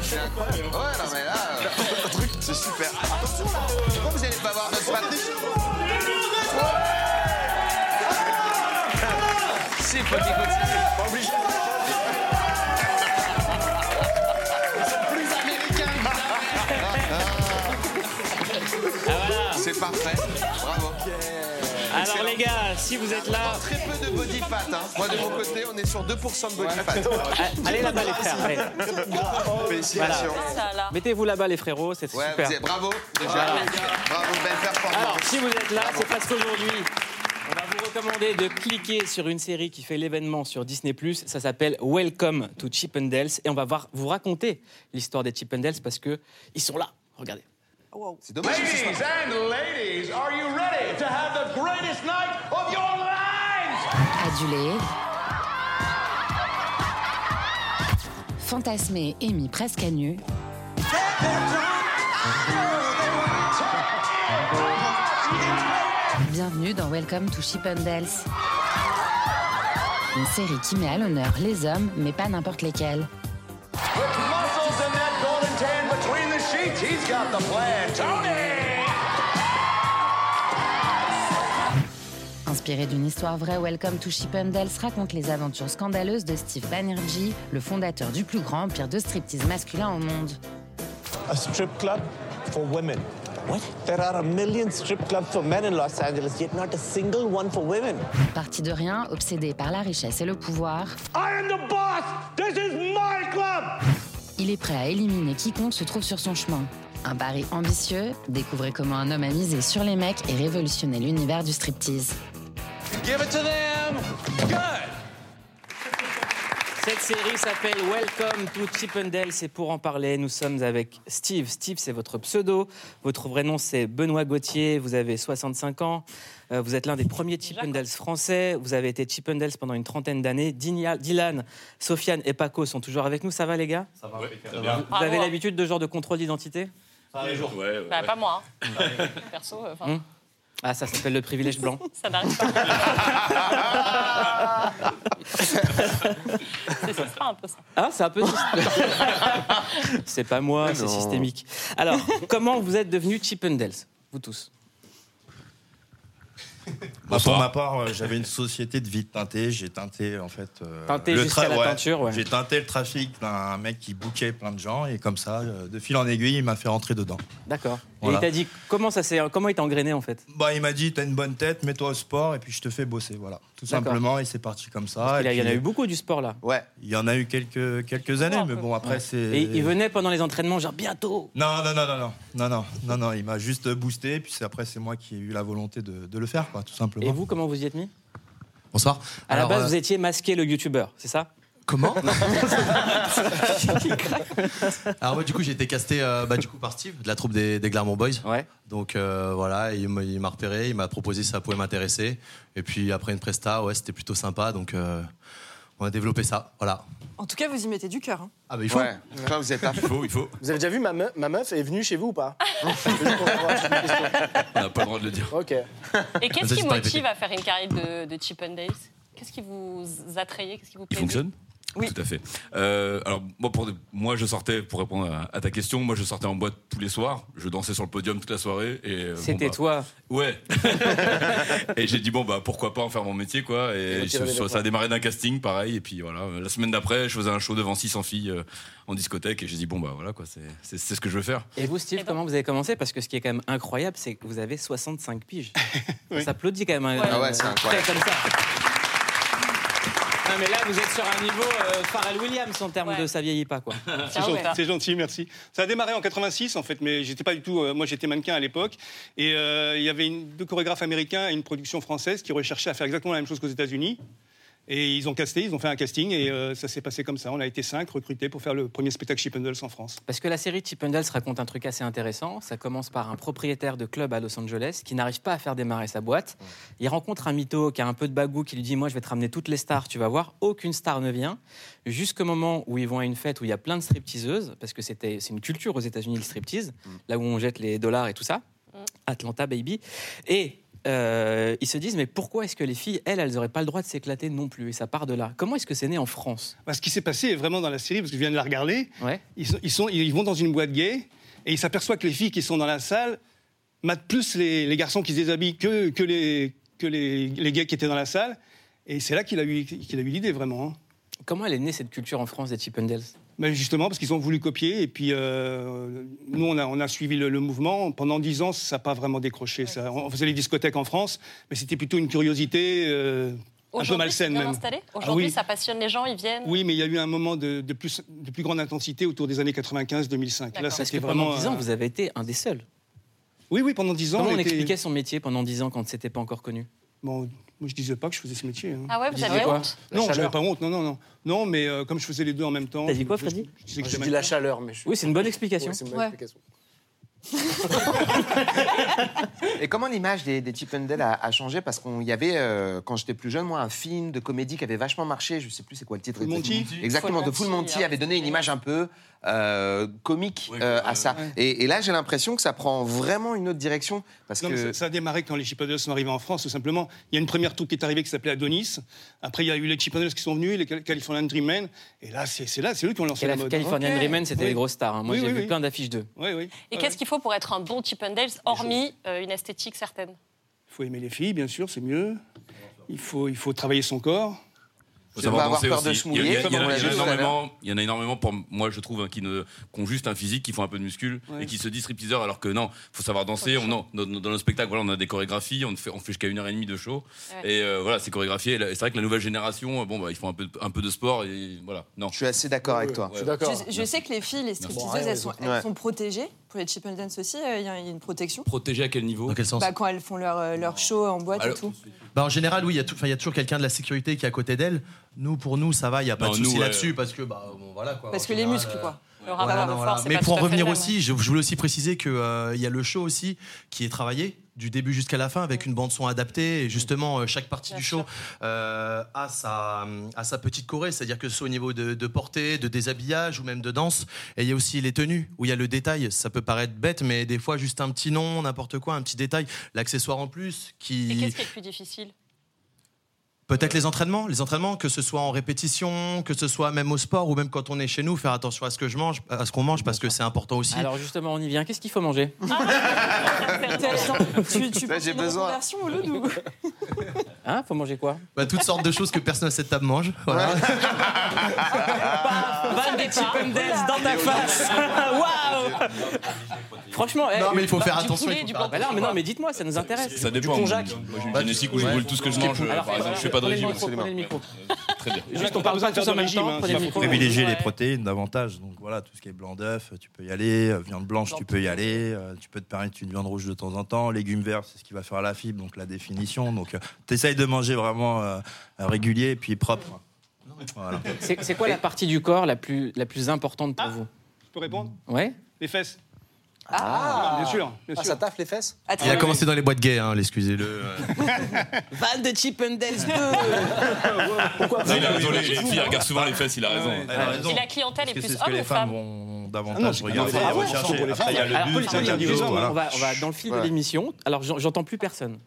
S2: C'est incroyable. Ouais, non mais là, euh, c'est super. Pourquoi vous n'allez pas voir notre Ah, Patrick
S3: Si, faut qu'il continue. Pas obligé.
S1: Ah,
S2: C'est parfait. Bravo.
S1: Alors les gars, si vous êtes là,
S2: Très peu de body fat. Hein. Moi, de mon côté, on est sur 2% de body fat.
S1: Ah, allez là-bas les frères. allez.
S2: Félicitations.
S12: Ça, là.
S1: Mettez-vous là-bas les frérots, c'est
S2: Ouais,
S1: super.
S2: vous êtes- bravo déjà. Bravo, belle
S1: Alors,
S2: performance.
S1: si vous êtes là, c'est parce qu'aujourd'hui, on va vous recommander de cliquer sur une série qui fait l'événement sur Disney+. Ça s'appelle Welcome to Chippendales. Et on va voir, vous raconter l'histoire des Chippendales parce que ils sont là. Regardez.
S2: C'est dommage. que ce soit-
S6: and ladies, are you ready to have the greatest night of your
S15: Adulé.
S6: lives?
S15: Fantasmé et mis presque à nu. Bienvenue dans Welcome to Chippendales. Une série qui met à l'honneur les hommes, mais pas n'importe lesquels.
S6: With muscles and that golden tan between the sheets, he's got the plan. Tony!
S15: Inspiré d'une histoire vraie, Welcome to Chippendales raconte les aventures scandaleuses de Steve Banerjee, le fondateur du plus grand empire de striptease masculin au monde.
S12: A strip club for women. What? There are a million strip clubs for men in Los Angeles, yet not a single one for women.
S15: Parti de rien, obsédé par la richesse et le pouvoir,
S6: I am the boss! This is my club!
S15: il est prêt à éliminer quiconque se trouve sur son chemin. Un pari ambitieux, découvrez comment un homme a misé sur les mecs et révolutionné l'univers du striptease.
S6: Give it to them! Good!
S1: Cette série s'appelle Welcome to Chippendales et pour en parler, nous sommes avec Steve. Steve, c'est votre pseudo. Votre vrai nom, c'est Benoît Gauthier. Vous avez 65 ans. Euh, Vous êtes l'un des premiers Chippendales français. Vous avez été Chippendales pendant une trentaine d'années. Dinia- Dylan, Sofiane et Paco sont toujours avec nous. Ça va, les gars
S10: Ça
S3: Ah.
S10: va,
S1: Vous vous avez l'habitude de ce genre de contrôle d'identité
S10: Tous les jours.
S16: Bah, pas moi.
S3: <laughs>
S16: hein. Perso, euh, 'fin,
S5: Hmm.
S1: Hum Ah, ça s'appelle le privilège blanc. <laughs>
S16: ça n'arrive
S3: <laughs>
S16: pas. <laughs> c'est ça sera un peu ça.
S1: Ah, c'est un peu.
S10: <laughs>
S1: systémique. c'est pas
S10: Ah
S1: moi, c'est systémique. Alors, comment vous êtes devenus Chippendales, vous tous
S10: Bah, pour ma part, euh, j'avais une société de vie teintée. J'ai teinté en fait euh,
S1: Teinté jusqu'à la teinture, ouais.
S10: J'ai teinté le trafic d'un mec qui bouquait plein de gens et comme ça, euh, de fil en aiguille, il m'a fait rentrer dedans.
S1: D'accord.
S10: Voilà.
S1: Et il t'a dit comment ça s'est, comment il t'a engrené en fait
S10: Bah, il m'a dit t'as une bonne tête, mets-toi au sport et puis je te fais bosser, voilà. Tout
S1: D'accord.
S10: simplement et c'est parti comme ça.
S1: Il y
S10: Et
S1: en a
S10: puis-
S1: eu beaucoup du sport là.
S2: Ouais.
S10: Il y en a eu quelques quelques années, mais bon après c'est.
S1: Et il venait pendant les entraînements genre bientôt.
S10: Non, non, non, non, non, non, non, non, non, il m'a juste boosté, puis c'est- après c'est moi qui ai eu la volonté de, de le faire, quoi, tout simplement.
S1: Et vous comment vous y êtes mis
S10: Bonsoir.
S1: À
S10: Alors,
S1: la base
S10: euh,
S1: vous étiez masqué le youtubeur, c'est ça
S10: Comment
S17: Alors moi du coup j'ai été casté euh, bah, du coup par Steve de la troupe des, des Glarmont Boys. Donc euh, voilà il m'a il m'a repéré, il m'a proposé si ça pouvait m'intéresser et puis après une presta ouais c'était plutôt sympa donc euh, on a développé ça voilà.
S5: En tout cas, vous y mettez du cœur. hein.
S17: Ah bah il faut.
S2: Ouais. Enfin, vous êtes à
S17: Il faut il faut.
S3: Vous avez déjà vu ma, me- ma meuf est venue chez vous ou
S17: <laughs>
S3: pas
S17: On n'a pas le droit de le dire.
S3: Ok.
S16: Et qu'est-ce
S17: Ça,
S16: qui
S17: c'est pas
S16: motive
S17: répété.
S16: à faire une carrière de, de Chippendales Qu'est-ce qui vous attrayait Qu'est-ce qui vous
S18: Il
S16: plaît
S18: fonctionne Tout à fait. Euh, alors, moi, pour, moi, je sortais, pour répondre à, à ta question, moi, je sortais en boîte tous les soirs. Je dansais sur le podium toute la soirée. et euh,
S1: C'était
S18: bon, bah,
S1: toi.
S18: Ouais. <laughs> et j'ai dit, bon, bah, pourquoi pas en faire mon métier, quoi. Et ça,
S1: retirer les
S18: ça
S1: vêtements.
S18: a démarré d'un casting, pareil. Et puis voilà, la semaine d'après, je faisais un show devant 600 filles euh, en discothèque. Et j'ai dit, bon, bah voilà, quoi, c'est- c'est c'est ce que je veux faire.
S1: Et vous Steve comment vous avez commencé parce que ce qui est quand même incroyable c'est que vous avez 65
S2: <laughs>
S1: piges. On s'applaudit quand même. hein.
S2: Ah ouais, c'est
S1: Euh,
S2: incroyable.
S1: comme ça. Non mais là vous êtes sur un niveau euh, Pharrell Williams en termes de ça vieillit pas
S5: <laughs>
S1: quoi.
S19: C'est gentil, c'est gentil, merci. Ça a démarré en 86 en fait, mais j'étais pas du tout. euh, moi, j'étais mannequin à l'époque, et euh, il y avait une- deux chorégraphes américains et une production française qui recherchaient à faire exactement la même chose qu'aux États-Unis. Et ils ont casté, ils ont fait un casting, et euh, ça s'est passé comme ça. On a été cinq recrutés pour faire le premier spectacle Chippendales en France.
S1: Parce que la série Chippendales raconte un truc assez intéressant. Ça commence par un propriétaire de club à Los Angeles qui n'arrive pas à faire démarrer sa boîte. Il rencontre un mytho qui a un peu de bagou qui lui dit Moi, je vais te ramener toutes les stars, tu vas voir. Aucune star ne vient. Jusqu'au moment où ils vont à une fête où il y a plein de stripteaseuses, parce que c'était- c'est une culture aux États-Unis, le striptease, là où on jette les dollars et tout ça. Atlanta, baby. Et. euh, ils se disent mais pourquoi est-ce que les filles elles elles n'auraient pas le droit de s'éclater non plus et ça part de là comment est-ce que c'est né en France
S19: Bah, ce qui s'est passé est vraiment dans la série, parce que je viens de la regarder.
S1: Ouais.
S19: Ils, sont- ils sont- ils vont dans une boîte gay et ils s'aperçoivent que les filles qui sont dans la salle matent plus les, les garçons qui se déshabillent que, que, les, que les, les gays qui étaient dans la salle. Et c'est là qu'il a eu qu'il a eu l'idée vraiment. hein.
S1: comment elle est née cette culture en France des Chippendales
S19: Ben, justement, parce qu'ils ont voulu copier. Et puis, euh, nous, on a, on a suivi le, le mouvement. Pendant dix ans, ça n'a pas vraiment décroché. ça. On faisait les discothèques en France, mais c'était plutôt une curiosité euh, un peu
S16: Aujourd'hui, c'est
S19: malsaine
S16: bien
S19: même.
S16: installé
S19: Ah
S16: Aujourd'hui,
S19: oui.
S16: ça passionne les gens, ils viennent.
S19: Oui, mais il y a eu un moment de, de plus, de plus grande intensité autour des années 95-2005. Là,
S1: Parce
S19: c'était
S1: que pendant
S19: vraiment.
S1: 10 ans, vous
S19: euh,
S1: avez été un des seuls.
S19: Oui, oui, pendant 10 ans.
S1: Comment on
S19: était-
S1: expliquait son métier pendant 10 ans quand c'était pas encore connu
S19: Bon, moi, je disais pas que je faisais ce métier. hein.
S16: Ah ouais, vous
S19: Je
S16: avez
S19: disais pas.
S16: honte
S1: La
S19: Non, j'avais
S1: chaleur.
S19: pas honte. Non, non, non. Non, mais euh, comme je faisais les deux en même temps.
S1: T'as dit quoi,
S19: je-
S1: Freddy
S19: je disais que
S3: J'ai
S19: j'étais
S3: dit la
S19: mannequin.
S3: chaleur, mais je
S1: Oui, c'est
S3: <laughs>
S1: une bonne explication.
S3: Ouais, c'est une bonne
S1: Ouais.
S3: explication.
S2: Et comment l'image des, des Chippendales a, a changé Parce qu'il y avait, euh, quand j'étais plus jeune, moi, un film de comédie qui avait vachement marché. Je sais plus c'est quoi le titre.
S3: Full Monty
S2: Exactement, de Full Monty avait donné une image un peu euh, comique euh, à ça. Et, et là, j'ai l'impression que ça prend vraiment une autre direction. Parce
S19: Non, mais
S2: que.
S19: ça, ça a démarré quand les Chippendales sont arrivés en France, tout simplement. Il y a une première troupe qui est arrivée qui s'appelait Adonis. Après, il y a eu les Chippendales qui sont venus, les Cal- Californian Dreammen. Et là, c'est c'est là, c'est eux qui ont lancé la, mode.
S1: Californian
S19: Ok.
S1: Dreamin', c'était
S19: Oui.
S1: les grosses stars. hein. Moi,
S19: Oui,
S1: j'ai
S19: oui,
S1: vu
S19: oui.
S1: plein d'affiches d'eux.
S19: Oui, oui.
S16: Et qu'est-ce qu'il faut pour être un bon Chippendales, hormis euh, une esthétique certaine
S19: Il faut aimer les filles, bien sûr, c'est mieux. Il faut, il faut travailler son corps.
S18: Faut
S2: De
S18: savoir
S2: pas avoir
S18: danser
S2: peur
S18: aussi.
S2: de se
S18: Il y a-
S2: mouiller,
S18: Il y en
S2: comme on
S18: a-
S2: l'a
S18: il y en a
S2: dit tout à l'heure.
S18: énormément. Il y en a énormément pour moi, je trouve, hein, qui ne qui ont juste un physique, qui font un peu de muscle
S19: Ouais.
S18: et qui se disent stripteaseurs, alors que non, faut savoir danser. On, non, dans, dans nos spectacles, voilà, on a des chorégraphies, on fait, on fait jusqu'à une heure et demie de show
S16: Ouais.
S18: et euh, voilà, c'est chorégraphié. Et là, C'est vrai que la nouvelle génération, euh, bon, bah, ils font un peu, de- un peu de sport et voilà. Non.
S2: Je suis assez d'accord avec toi.
S18: Je suis d'accord.
S5: Je, je sais que les filles, les stripteaseuses,
S18: Ouais,
S5: elles, sont,
S18: ouais.
S5: elles sont protégées. Pour les chip and dance aussi, euh, il y, a il y a une protection.
S18: Protégé à quel niveau Dans
S17: quel sens
S5: Bah, quand elles font leur, euh, leur show en boîte
S17: Alors-
S5: et tout.
S17: Bah, en général, oui, il y a tout- enfin, il y a toujours quelqu'un de la sécurité qui est à côté d'elle. Nous, pour nous, ça va, il n'y a pas
S18: Non,
S17: de
S18: nous,
S17: souci
S18: ouais.
S17: là-dessus parce que, bah, bon, voilà quoi.
S5: Parce
S17: en
S5: que les
S17: général,
S5: muscles,
S17: euh,
S5: quoi.
S16: Le rapport
S17: voilà,
S16: de
S17: non,
S16: force,
S17: voilà.
S16: c'est
S17: Mais
S16: pas
S17: pour
S16: tout
S17: en
S16: à fait le
S17: revenir
S16: même,
S17: aussi, je, je voulais aussi préciser qu'il y a le show aussi qui est travaillé du début jusqu'à la fin avec une bande son adaptée et justement euh, chaque partie du show euh, a, sa, a sa petite choré c'est-à-dire que ce soit au niveau de, de portée de déshabillage ou même de danse et il y a aussi les tenues où il y a le détail ça peut paraître bête mais des fois juste un petit nom n'importe quoi un petit détail l'accessoire en plus
S16: Et
S17: qui
S16: qu'est-ce qui est le plus difficile
S17: Peut-être les entraînements, les entraînements, que ce soit en répétition, que ce soit même au sport ou même quand on est chez nous, faire attention à ce que je mange, à ce qu'on mange parce que c'est important aussi.
S1: Alors justement, on y vient. Qu'est-ce qu'il faut manger
S5: tu, tu
S17: j'ai besoin.
S5: Version au loup ou-
S1: Hein Faut manger quoi
S17: Bah, toutes sortes de choses que personne à cette table mange. Voilà.
S1: Van des chip and dance dans ta face Waouh Franchement, eh,
S17: Non, mais il faut
S1: bah,
S17: faire
S1: du
S17: attention,
S1: poulet,
S17: il faut
S1: du
S17: faire
S1: blanc- bah non,
S17: attention.
S1: mais non, mais dites-moi, ça nous intéresse.
S18: Ça dépend.
S1: Du
S18: Moi,
S1: konjac.
S18: j'ai une génétique où je brûle tout ce que je mange. euh, par exemple, je fais pas de régime.
S1: Prenez le micro.
S18: Très bien.
S1: <laughs> Juste, on parle pas tous en même
S17: hein,
S1: temps. Prenez le micro.
S10: privilégier les
S1: Ouais.
S10: protéines davantage. Donc voilà, tout ce qui est blanc d'œuf, tu peux y aller. euh, Viande blanche, tu peux y aller. euh, Tu peux te permettre une viande rouge de temps en temps. Légumes verts, c'est ce qui va faire la fibre, donc la définition. Donc tu essayes de manger vraiment euh, régulier et puis propre. Voilà.
S1: C'est c'est quoi la partie du corps la plus, la plus importante pour vous
S19: Je peux répondre
S1: Ouais
S19: Ah, Les fesses.
S5: Ah,
S19: Bien sûr, bien sûr.
S3: ça taffe les fesses
S17: Il a commencé dans les boîtes gays, hein, excusez-le.
S1: <laughs>
S17: euh.
S1: Van de Chip and Dance 2
S18: Pourquoi Il a raison, les les filles regardent souvent les fesses, il a raison.
S10: Elle a raison.
S16: Euh, Si la clientèle est
S10: Parce
S16: plus
S10: que c'est ce que
S16: homme
S10: les
S16: ou femme
S10: femmes vont
S18: Ah non,
S10: davantage
S18: c'est-
S10: regarder
S18: ah
S10: et
S18: ouais,
S10: rechercher.
S18: pour les
S10: Après, il y a
S18: femmes. Alors,
S10: le but,
S18: politique,
S10: il y a le
S18: individu,
S10: dos,
S18: on
S10: voilà.
S1: hein. on va, on va dans le fil de
S10: Ouais.
S1: l'émission. Alors, j'en- j'entends plus personne.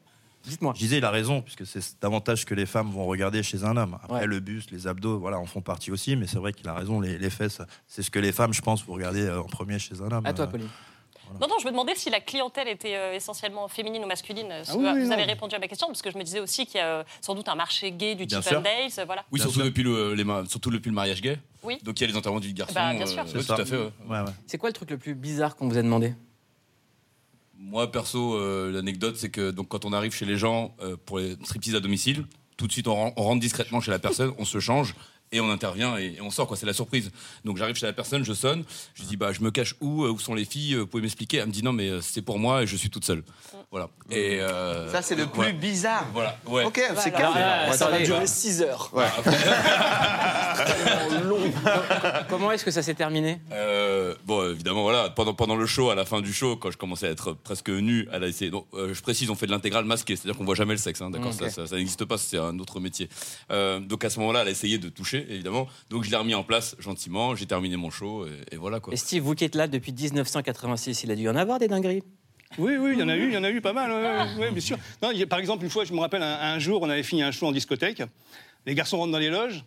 S1: Dites-moi.
S10: Je disais, il a raison, puisque c'est davantage que les femmes vont regarder chez un homme. Après, le buste, les abdos, voilà, en font partie aussi, mais c'est vrai qu'il a raison, les, les fesses, c'est ce que les femmes, je pense, vous regardez euh, en premier chez un homme.
S1: À toi,
S10: Euh,
S1: Pauline.
S16: Non, non, je me demandais si la clientèle était euh, essentiellement féminine ou masculine. euh,
S19: Ah
S16: Ce-
S10: oui, oui,
S16: vous
S10: non.
S16: avez répondu à ma question, parce que je me disais aussi qu'il y a euh, sans doute un marché gay du
S18: Bien
S16: Chip
S18: sûr.
S16: and Dales. euh, Voilà.
S18: Oui, surtout depuis, le, les ma- surtout depuis le mariage gay.
S16: Oui.
S18: Donc il y a les enterrements du garçon. euh,
S16: Bah, bien sûr.
S18: ouais,
S16: C'est
S18: tout
S16: ça.
S18: à fait. ouais.
S1: C'est quoi le truc le plus bizarre qu'on vous
S3: <laughs>
S1: a demandé
S18: Moi, perso, euh, l'anecdote, c'est que donc, quand on arrive chez les gens euh, pour les striptease à domicile, tout de suite, on, ren- on rentre discrètement chez la personne, on se change. Et on intervient et, et on sort, quoi. C'est la surprise. Donc j'arrive chez la personne, je sonne, je dis bah je me cache où, euh, où sont les filles, euh, vous pouvez m'expliquer. Elle me dit non mais euh, c'est pour moi et je suis toute seule. Voilà. Et euh,
S2: Ça, c'est le plus
S18: ouais.
S2: bizarre.
S18: Voilà. Ouais.
S2: Ok, c'est
S18: Voilà.
S2: calme.
S18: Ah,
S2: Ouais,
S18: ça va durer
S3: 6 heures.
S2: Ouais.
S1: <laughs> Comment est-ce que ça s'est terminé
S18: Euh, bon, évidemment, voilà, pendant, pendant le show, à la fin du show, quand je commençais à être presque nu, elle a essayé. Donc, euh, je précise, on fait de l'intégrale masquée, c'est-à-dire qu'on voit jamais le sexe, hein, d'accord
S1: Mm,
S18: Ça-
S1: ok.
S18: Ça, ça n'existe pas, c'est un autre métier. Euh, donc à ce moment-là, elle a essayé de toucher, évidemment. Donc je l'ai remis en place gentiment, j'ai terminé mon show, et, et voilà quoi.
S1: Et Steve, vous qui êtes là depuis 1986, il a dû y en avoir des dingueries.
S19: Oui, oui, il y en a eu, il y en a eu pas mal, ouais, ouais, ouais, bien sûr. Non, il y a- par exemple, une fois, je me rappelle, un, un jour, on avait fini un show en discothèque, les garçons rentrent dans les loges,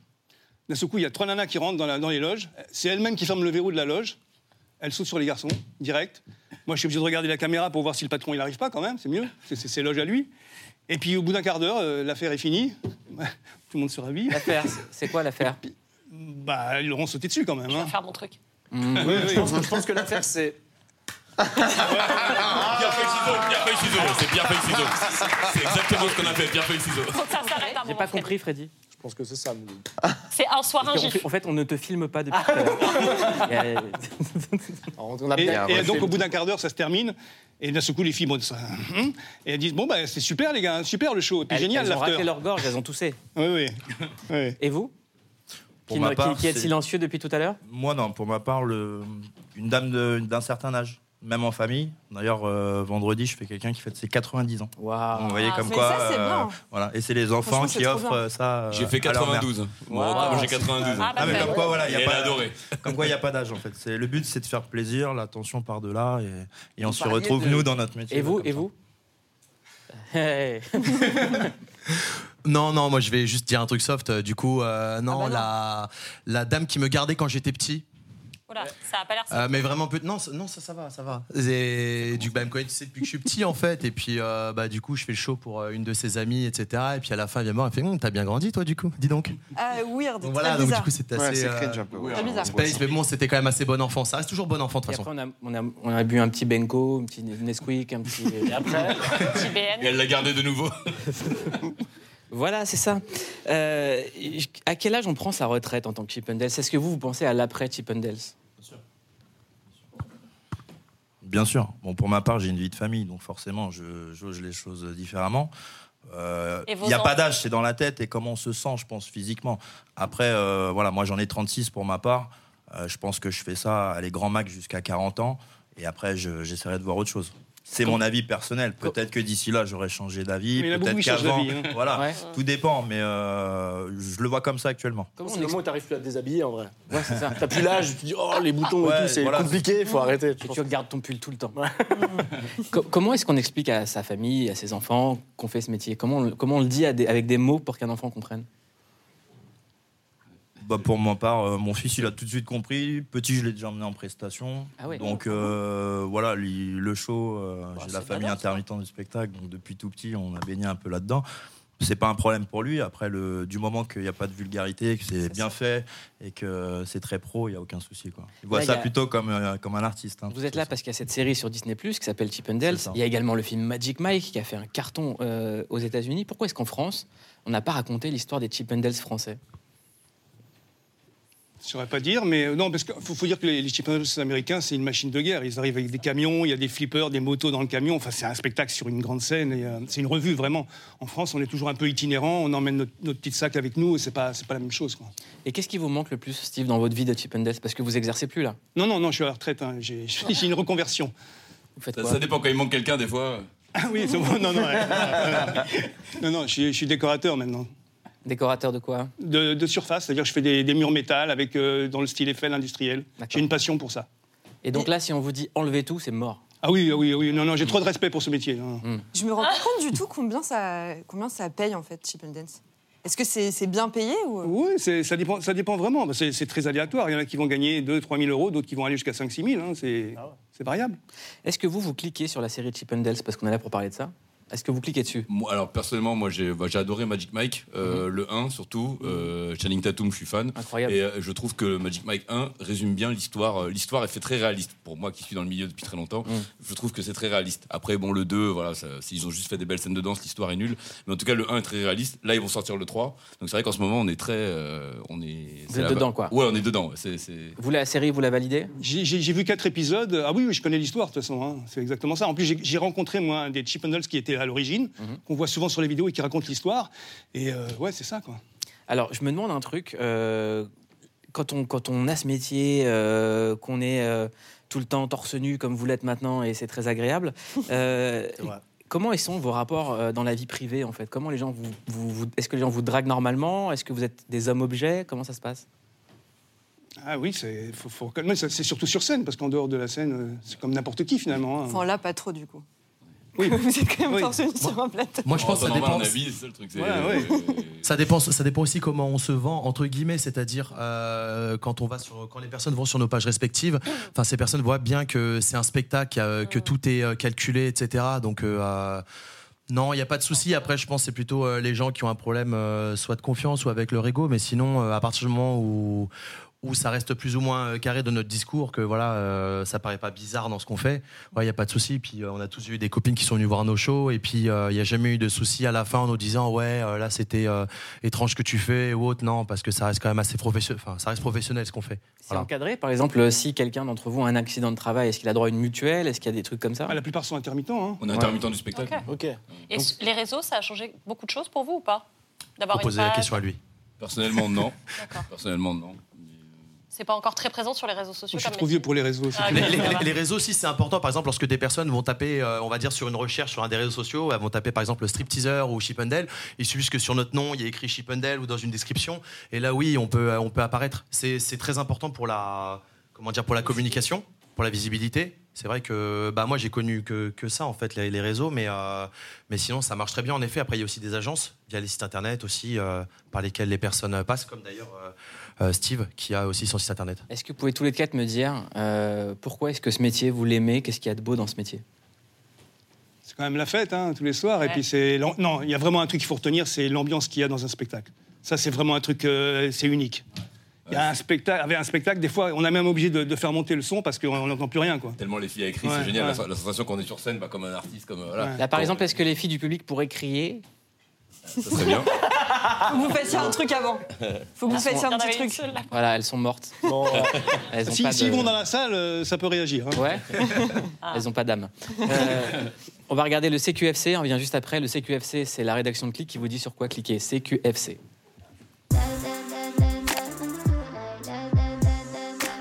S19: d'un seul coup, il y a trois nanas qui rentrent dans, la- dans les loges, c'est elles-mêmes qui ferment le verrou de la loge, elles sautent sur les garçons, direct. Moi, je suis obligé de regarder la caméra pour voir si le patron, il arrive pas quand même, c'est mieux, c'est c'est ses loges à lui. Et puis, au bout d'un quart d'heure, euh, l'affaire est finie, <laughs> tout le monde se ravit.
S1: L'affaire, c'est- c'est quoi l'affaire
S19: Bah, ils l'auront sauté dessus quand même.
S16: Je
S19: hein.
S16: vais faire mon truc.
S1: Mm.
S19: Oui, oui.
S3: Je pense- je pense que l'affaire, c'est.
S18: Pierre feuille ciseaux, Pierre feuille ciseaux, c'est Pierre feuille ciseaux. C'est exactement ce qu'on a fait, Pierre feuille ciseaux.
S16: Faut que ça s'arrête à un
S1: J'ai
S16: moment.
S1: pas compris, Freddy.
S3: Je pense que c'est ça.
S16: C'est un soir, un
S1: Parce qu'en
S16: gif.
S1: fait- En fait, on ne te filme pas depuis tout à <laughs> l'heure. Il y a-
S3: On a
S19: Et,
S3: bien-
S19: et donc, au bout d'un quart d'heure, ça se termine. Et d'un seul coup, les filles, bon, ça- hum, et elles disent Bon, bah, c'est super, les gars, super le show. Et puis,
S1: Elles-
S19: génial,
S1: Elles ont
S19: l'after.
S1: raté leur gorge, elles ont toussé.
S19: Oui, oui. oui.
S1: <laughs> Et vous
S10: Pour
S1: Qui
S10: ma
S1: ne- qui-
S10: part,
S1: qui êtes
S10: c'est-
S1: silencieux depuis tout à l'heure
S10: Moi, non, pour ma part, le- une dame de- d'un certain âge, même en famille. D'ailleurs, euh, vendredi, je fais quelqu'un qui fête ses 90 ans.
S1: Waouh
S10: Vous voyez
S18: Ah,
S10: comme
S18: mais
S10: quoi. euh,
S18: ça, c'est bien.
S10: voilà. Et c'est les enfants
S18: Franchement, c'est
S10: qui
S18: trop
S10: offrent
S18: bien.
S10: euh, ça. euh,
S18: J'ai fait
S10: à leur mère.
S18: 92. Mon retard, j'ai 92.
S1: bah,
S10: Ah, mais comme quoi, voilà, il
S18: Et
S10: n'y
S18: elle
S10: a pas
S18: a adoré.
S10: <laughs> Comme quoi, il n'y a pas d'âge en fait. C'est- Le but, c'est de faire plaisir, l'attention par delà, et, et on,
S1: Vous
S10: se
S1: parliez
S10: retrouve
S1: de-
S10: nous dans notre métier.
S1: Et vous
S10: comme
S1: Et
S10: ça.
S1: vous <laughs> Hey.
S17: Non, non, moi je
S5: Ah bah
S17: vais juste dire un truc soft. euh, Du coup, euh, non, la, la dame qui me gardait quand j'étais petit,
S16: Voilà, ça a pas l'air
S17: Euh, mais vraiment peu. Non, ça- non ça, ça va, ça va. Et du bah, elle me connaît tu sais, depuis que je suis petit en fait. Et puis euh, bah du coup je fais le show pour euh, une de ses amies, etc. Et puis à la fin elle vient me voir, elle fait, Hum, t'as bien grandi toi du coup, dis donc.
S5: Ah, weird.
S17: Donc voilà,
S5: très
S17: donc du
S5: bizarre.
S17: coup c'était assez. euh,
S5: Très bizarre.
S17: Space, mais bon c'était quand même assez bon enfant. Ça reste toujours bon enfant de toute façon.
S1: on a, on, a, on a bu un petit Benko, un petit Nesquik, un petit. Et après.
S16: petit BN.
S18: Et elle l'a gardé de nouveau.
S1: Voilà, c'est ça. Euh, à quel âge on prend sa retraite en tant que Chippendales Est-ce que vous, vous pensez à l'après Chippendales
S10: Bien sûr. Bon, pour ma part, j'ai une vie de famille, donc forcément, je jauge les choses différemment. Euh,
S16: Et
S10: Il
S16: vos
S10: n'y a pas
S16: enfants
S10: d'âge, c'est dans la tête et comment on se sent, je pense, physiquement. Après, euh, voilà, moi j'en ai 36 pour ma part. Euh, je pense que je fais ça à les grands max jusqu'à 40 ans et après, je- j'essaierai de voir autre chose. C'est mon avis personnel. Peut-être que d'ici là, j'aurais changé d'avis.
S20: Mais il y en a beaucoup
S10: Peut-être
S20: qui changent
S10: qu'avant.
S20: d'avis, hein.
S10: <laughs> Voilà,
S20: Ouais.
S10: tout dépend, mais euh, je le vois comme ça actuellement.
S3: Comment c'est le moment où t'arrives plus à te déshabiller en vrai T'as plus l'âge, tu dis oh les boutons et
S10: Ouais,
S3: tout, c'est
S10: voilà.
S3: compliqué, faut arrêter.
S1: Et tu regardes ton pull tout le temps. <laughs> Co- comment est-ce qu'on explique à sa famille, à ses enfants qu'on fait ce métier comment on, comment on le dit à des- avec des mots pour qu'un enfant comprenne
S10: Bah, pour ma part, euh, mon fils, il a tout de suite compris. Petit, je l'ai déjà emmené en prestation.
S1: Ah ouais.
S10: Donc euh, voilà, li- le show, euh, j'ai la
S1: c'est
S10: famille
S1: pas
S10: intermittente du spectacle, donc depuis tout petit, on a baigné un peu là-dedans. C'est pas un problème pour lui. Après, le, du moment qu'il n'y a pas de vulgarité, que c'est bien fait et que c'est très pro, il n'y a aucun souci. Quoi. Il voit
S1: Là,
S10: ça
S1: il y a-
S10: plutôt comme, euh, comme un artiste. hein.
S1: Vous êtes là parce qu'il y a cette série sur Disney Plus qui s'appelle Chippendales.
S10: C'est ça.
S1: Il y a également le film Magic Mike qui a fait un carton euh, aux États-Unis. Pourquoi est-ce qu'en France, on n'a pas raconté l'histoire des Chippendales français
S19: Je saurais pas dire, mais euh, non, parce qu'il faut, faut dire que les, les Chippendales américains, c'est une machine de guerre. Ils arrivent avec des camions, il y a des flippers, des motos dans le camion. Enfin, c'est un spectacle sur une grande scène. et, euh, c'est une revue, vraiment. En France, on est toujours un peu itinérant, on emmène notre, notre petit sac avec nous, et c'est pas, c'est pas la même chose. Quoi.
S1: Et qu'est-ce qui vous manque le plus, Steve, dans votre vie de Chippendales Parce que vous exercez plus là.
S19: Non, non, non, je suis à la retraite, hein. j'ai <laughs> j'ai une reconversion.
S1: Vous faites
S18: Ça, ça dépend quand il manque quelqu'un, des fois.
S19: Ah oui, c'est bon, non, non. ouais. non, non, je suis, je suis décorateur maintenant.
S1: Décorateur de quoi
S19: de, de surface, c'est-à-dire que je fais des, des murs métal avec, euh, dans le style Eiffel industriel. J'ai une passion pour ça.
S1: Et donc là, si on vous dit enlevez tout, c'est mort. Hmm.
S19: Ah oui, ah oui, ah oui, non, non, j'ai trop de respect pour ce métier. hein. non, non.
S5: Je me rends pas compte du tout combien ça, combien ça paye en fait, Chip and Dance. Est-ce que c'est c'est bien payé ou
S19: Oui, c'est- ça dépend, ça dépend vraiment. Bah, C'est c'est très aléatoire. Il y en a qui vont gagner 2 3 000 euros, d'autres qui vont aller jusqu'à 5 6 000. hein. C'est c'est variable.
S1: Ah Est-ce que vous, vous cliquez sur la série Chippendales parce qu'on est là pour parler de ça Est-ce que vous cliquez dessus Mhm.
S18: Moi, alors personnellement, moi j'ai bah, j'ai adoré Magic Mike, euh, le 1 surtout. Euh, Channing Tatum, je suis fan.
S1: Incroyable.
S18: Et euh, je trouve que Magic Mike 1 résume bien l'histoire. Euh, L'histoire est fait très réaliste. Pour moi qui suis dans le milieu depuis très longtemps,
S1: Mhm.
S18: je trouve que c'est très réaliste. Après, bon, le 2, voilà, ça, ils ont juste fait des belles scènes de danse, l'histoire est nulle. Mais en tout cas, le 1 est très réaliste. Là, ils vont sortir le 3. Donc c'est vrai qu'en ce moment, on est très. euh, on est,
S1: Vous
S18: c'est
S1: êtes
S18: la-
S1: dedans, quoi.
S18: Ouais, on est dedans. ouais. C'est- c'est-
S1: Vous, la série, vous la validez
S19: J'ai- J'ai j'ai vu quatre épisodes. Ah oui, oui, je connais l'histoire de toute façon. hein. C'est exactement ça. En plus, j'ai- j'ai rencontré moi un des Chippendales qui était à l'origine,
S1: Mhm.
S19: qu'on voit souvent sur les vidéos et qui raconte l'histoire. Et euh, ouais, c'est ça quoi.
S1: Alors, je me demande un truc. euh, quand, on, quand on a ce métier, euh, qu'on est euh, tout le temps torse nu comme vous l'êtes maintenant, et c'est très agréable,
S19: <laughs>
S1: euh, comment ils sont vos rapports euh, dans la vie privée, en fait Comment les gens vous, vous- vous- Est-ce que les gens vous draguent normalement Est-ce que vous êtes des hommes-objets Comment ça se passe
S19: Ah oui, c'est faut- faut reconnaître. Mais ça, c'est surtout sur scène, parce qu'en dehors de la scène, euh, c'est comme n'importe qui finalement. hein.
S5: Enfin là, pas trop du coup.
S19: Oui.
S5: <laughs> Vous êtes quand même
S19: Oui.
S5: torse nu sur un plateau.
S17: Moi, je
S18: Oh,
S17: pense que ça dépend. Ça dépend, ça dépend aussi comment on se vend entre guillemets, c'est-à-dire euh, quand on va sur, quand les personnes vont sur nos pages respectives. Enfin, ces personnes voient bien que c'est un spectacle, euh, que tout est euh, calculé, etc. Donc euh, euh, non, il n'y a pas de souci. Après, je pense que c'est plutôt euh, les gens qui ont un problème, euh, soit de confiance, soit avec leur ego. Mais sinon, euh, à partir du moment où où ça reste plus ou moins euh, carré de notre discours, que voilà, euh, ça paraît pas bizarre dans ce qu'on fait. Il n'y a pas de souci. Puis euh, on a tous eu des copines qui sont venues voir nos shows et puis il n'y a jamais eu de souci à la fin en nous disant ouais euh, là c'était euh, étrange ce que tu fais ou autre. Non, parce que ça reste quand même assez professionnel. Enfin, ça reste professionnel ce qu'on fait.
S1: C'est
S17: Voilà.
S1: encadré Par exemple, euh, si quelqu'un d'entre vous a un accident de travail, est-ce qu'il a droit à une mutuelle Est-ce qu'il y a des trucs comme ça
S19: Ah, La plupart sont intermittents. hein.
S18: On est intermittent du spectacle.
S1: Ok.
S16: Et s- les réseaux, ça a changé beaucoup de choses pour vous ou pas D'avoir une
S17: Proposer la
S16: page,
S17: question à lui.
S16: <laughs>
S18: Personnellement, non. Personnellement, non.
S16: C'est pas encore très présent sur les réseaux sociaux. comme métier.
S19: pour les réseaux.
S16: Ah,
S17: les,
S16: ok,
S17: les-
S16: ça va.
S17: les réseaux aussi, c'est important. Par exemple, lorsque des personnes vont taper, euh, on va dire sur une recherche sur un des réseaux sociaux, elles vont taper par exemple stripteaser ou Chippendale. Il suffit que sur notre nom, il y ait écrit Chippendale ou dans une description. Et là, oui, on peut, euh, on peut apparaître. C'est c'est très important pour la, comment dire, pour la communication, pour la visibilité. C'est vrai que bah moi j'ai connu que, que ça en fait les, les réseaux, mais euh, mais sinon ça marche très bien. En effet, après il y a aussi des agences via les sites internet aussi euh, par lesquelles les personnes euh, passent, comme d'ailleurs euh, euh, Steve qui a aussi son site internet.
S1: Est-ce que vous pouvez tous les quatre me dire euh, pourquoi est-ce que ce métier, vous l'aimez Qu'est-ce qu'il y a de beau dans ce métier
S7: C'est
S19: quand même la fête, hein, tous les soirs. Et
S7: Ouais.
S19: puis c'est l'am- non, il y a vraiment un truc qu'il faut retenir, c'est l'ambiance qu'il y a dans un spectacle. Ça, c'est vraiment un truc, euh, c'est unique. Il y a un spectacle, avec un spectacle, des fois, on a même obligé de, de faire monter le son parce qu'on n'entend plus rien, quoi.
S18: Tellement les filles à écrit,
S19: Ouais,
S18: c'est génial.
S19: ouais.
S18: La, sen- la sensation qu'on est sur scène, bah, comme un artiste, comme euh, voilà.
S1: Là, par
S18: Quand-
S1: exemple, est-ce que les filles du public pourraient crier
S18: Ça serait bien.
S5: Faut que vous fassiez un truc avant. <laughs> Faut que vous
S1: Elles
S5: fassiez
S1: sont-
S5: un petit truc.
S1: Voilà, elles sont mortes. <laughs> Elles ont
S19: euh, Si-
S1: pas
S19: S'ils
S1: de-
S19: vont dans la salle, euh, ça peut réagir. hein.
S1: Ouais. Elles n'ont pas d'âme. Euh, on va regarder le CQFC, on revient juste après. Le CQFC, c'est la rédaction de Click qui vous dit sur quoi cliquer. CQFC.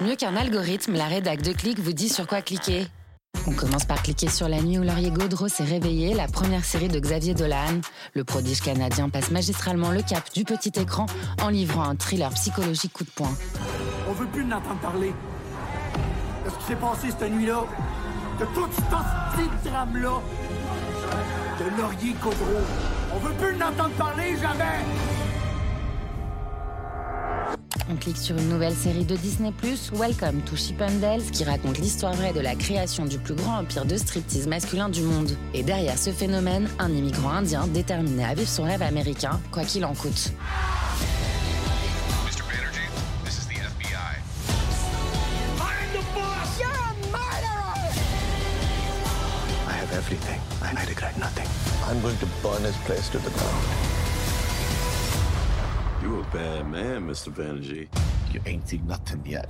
S15: Mieux qu'un algorithme, la rédac de clic vous dit sur quoi cliquer. On commence par cliquer sur la nuit où Laurier Gaudreau s'est réveillé, la première série de Xavier Dolan. Le prodige canadien passe magistralement le cap du petit écran en livrant un thriller psychologique coup de poing.
S21: On veut plus de l'entendre parler. De ce qui s'est passé cette nuit-là, de toute cette drame-là, de Laurier Caudreau. On veut plus de l'entendre parler jamais!
S15: On clique sur une nouvelle série de Disney+, Welcome to Chippendales, qui raconte l'histoire vraie de la création du plus grand empire de striptease masculin du monde. Et derrière ce phénomène, un immigrant indien déterminé à vivre son rêve américain, quoi qu'il en coûte.
S6: Mr. Banerjee, this is the FBI. I'm the boss! You're a murderer!
S12: I have everything, and I regret nothing. I'm going to burn this place to the ground.
S11: You a bad man, Mr. Banerjee. You ain't seen nothing yet.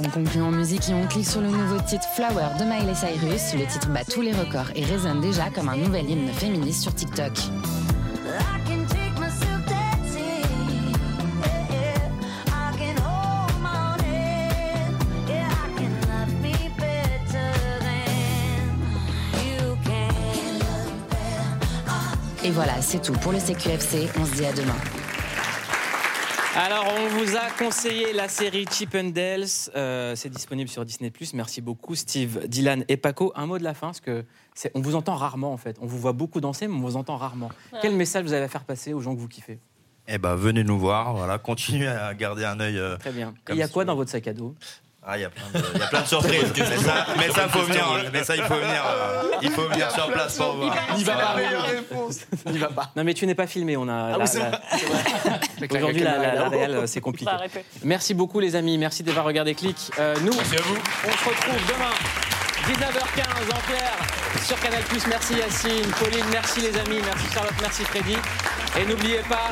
S15: On conclut en musique et on clique sur le nouveau titre Flower de Miley Cyrus. Le titre bat tous les records et résonne déjà comme un nouvel hymne féministe sur TikTok.
S4: I can take myself dancing. Yeah, yeah. I can hold my own head. Yeah, I can love me better than you can.
S15: Et voilà, c'est tout pour le CQFC. On se dit à demain.
S1: Alors, on vous a conseillé la série Chip and Dales. Euh, c'est disponible sur Disney+. Merci beaucoup, Steve, Dylan et Paco. Un mot de la fin, parce que c'est- on vous entend rarement, en fait. On vous voit beaucoup danser, mais on vous entend rarement. Quel message vous avez à faire passer aux gens que vous kiffez
S10: Eh ben, venez nous voir. Voilà, continuez à garder un œil. euh,
S1: Très bien. Et
S10: comme
S1: Il y a
S10: ça.
S1: quoi dans votre sac
S3: <laughs>
S1: à dos
S10: Ah, il y a plein de, il y a plein de surprises. mais, ça, mais ça, faut venir. euh, Mais ça, il faut venir. euh, il faut venir sur place pour voir.
S1: N'y va pas.
S3: réponse.
S1: N'y va pas. Non, mais tu n'es pas filmé. On a.
S3: Ah
S1: la-
S3: oui, c'est
S1: la- <laughs>
S3: vrai. Avec la
S1: Aujourd'hui, la,
S3: caméra
S1: la, la
S3: là-haut.
S1: réelle, euh, c'est compliqué.
S3: Faut arrêter.
S1: Merci beaucoup, les amis. Merci d'avoir regardé Click. Euh, nous, on se retrouve demain, 19h15, en clair, sur Canal Merci Yacine, Pauline, merci les amis, merci Charlotte, merci Freddy. Et n'oubliez pas.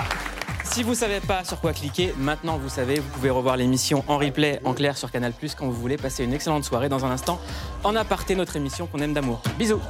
S1: Si vous savez pas sur quoi cliquer, maintenant vous savez, vous pouvez revoir l'émission en replay en clair sur Canal quand vous voulez. Passez une excellente soirée dans un instant. En aparté, notre émission qu'on aime d'amour. Bisous.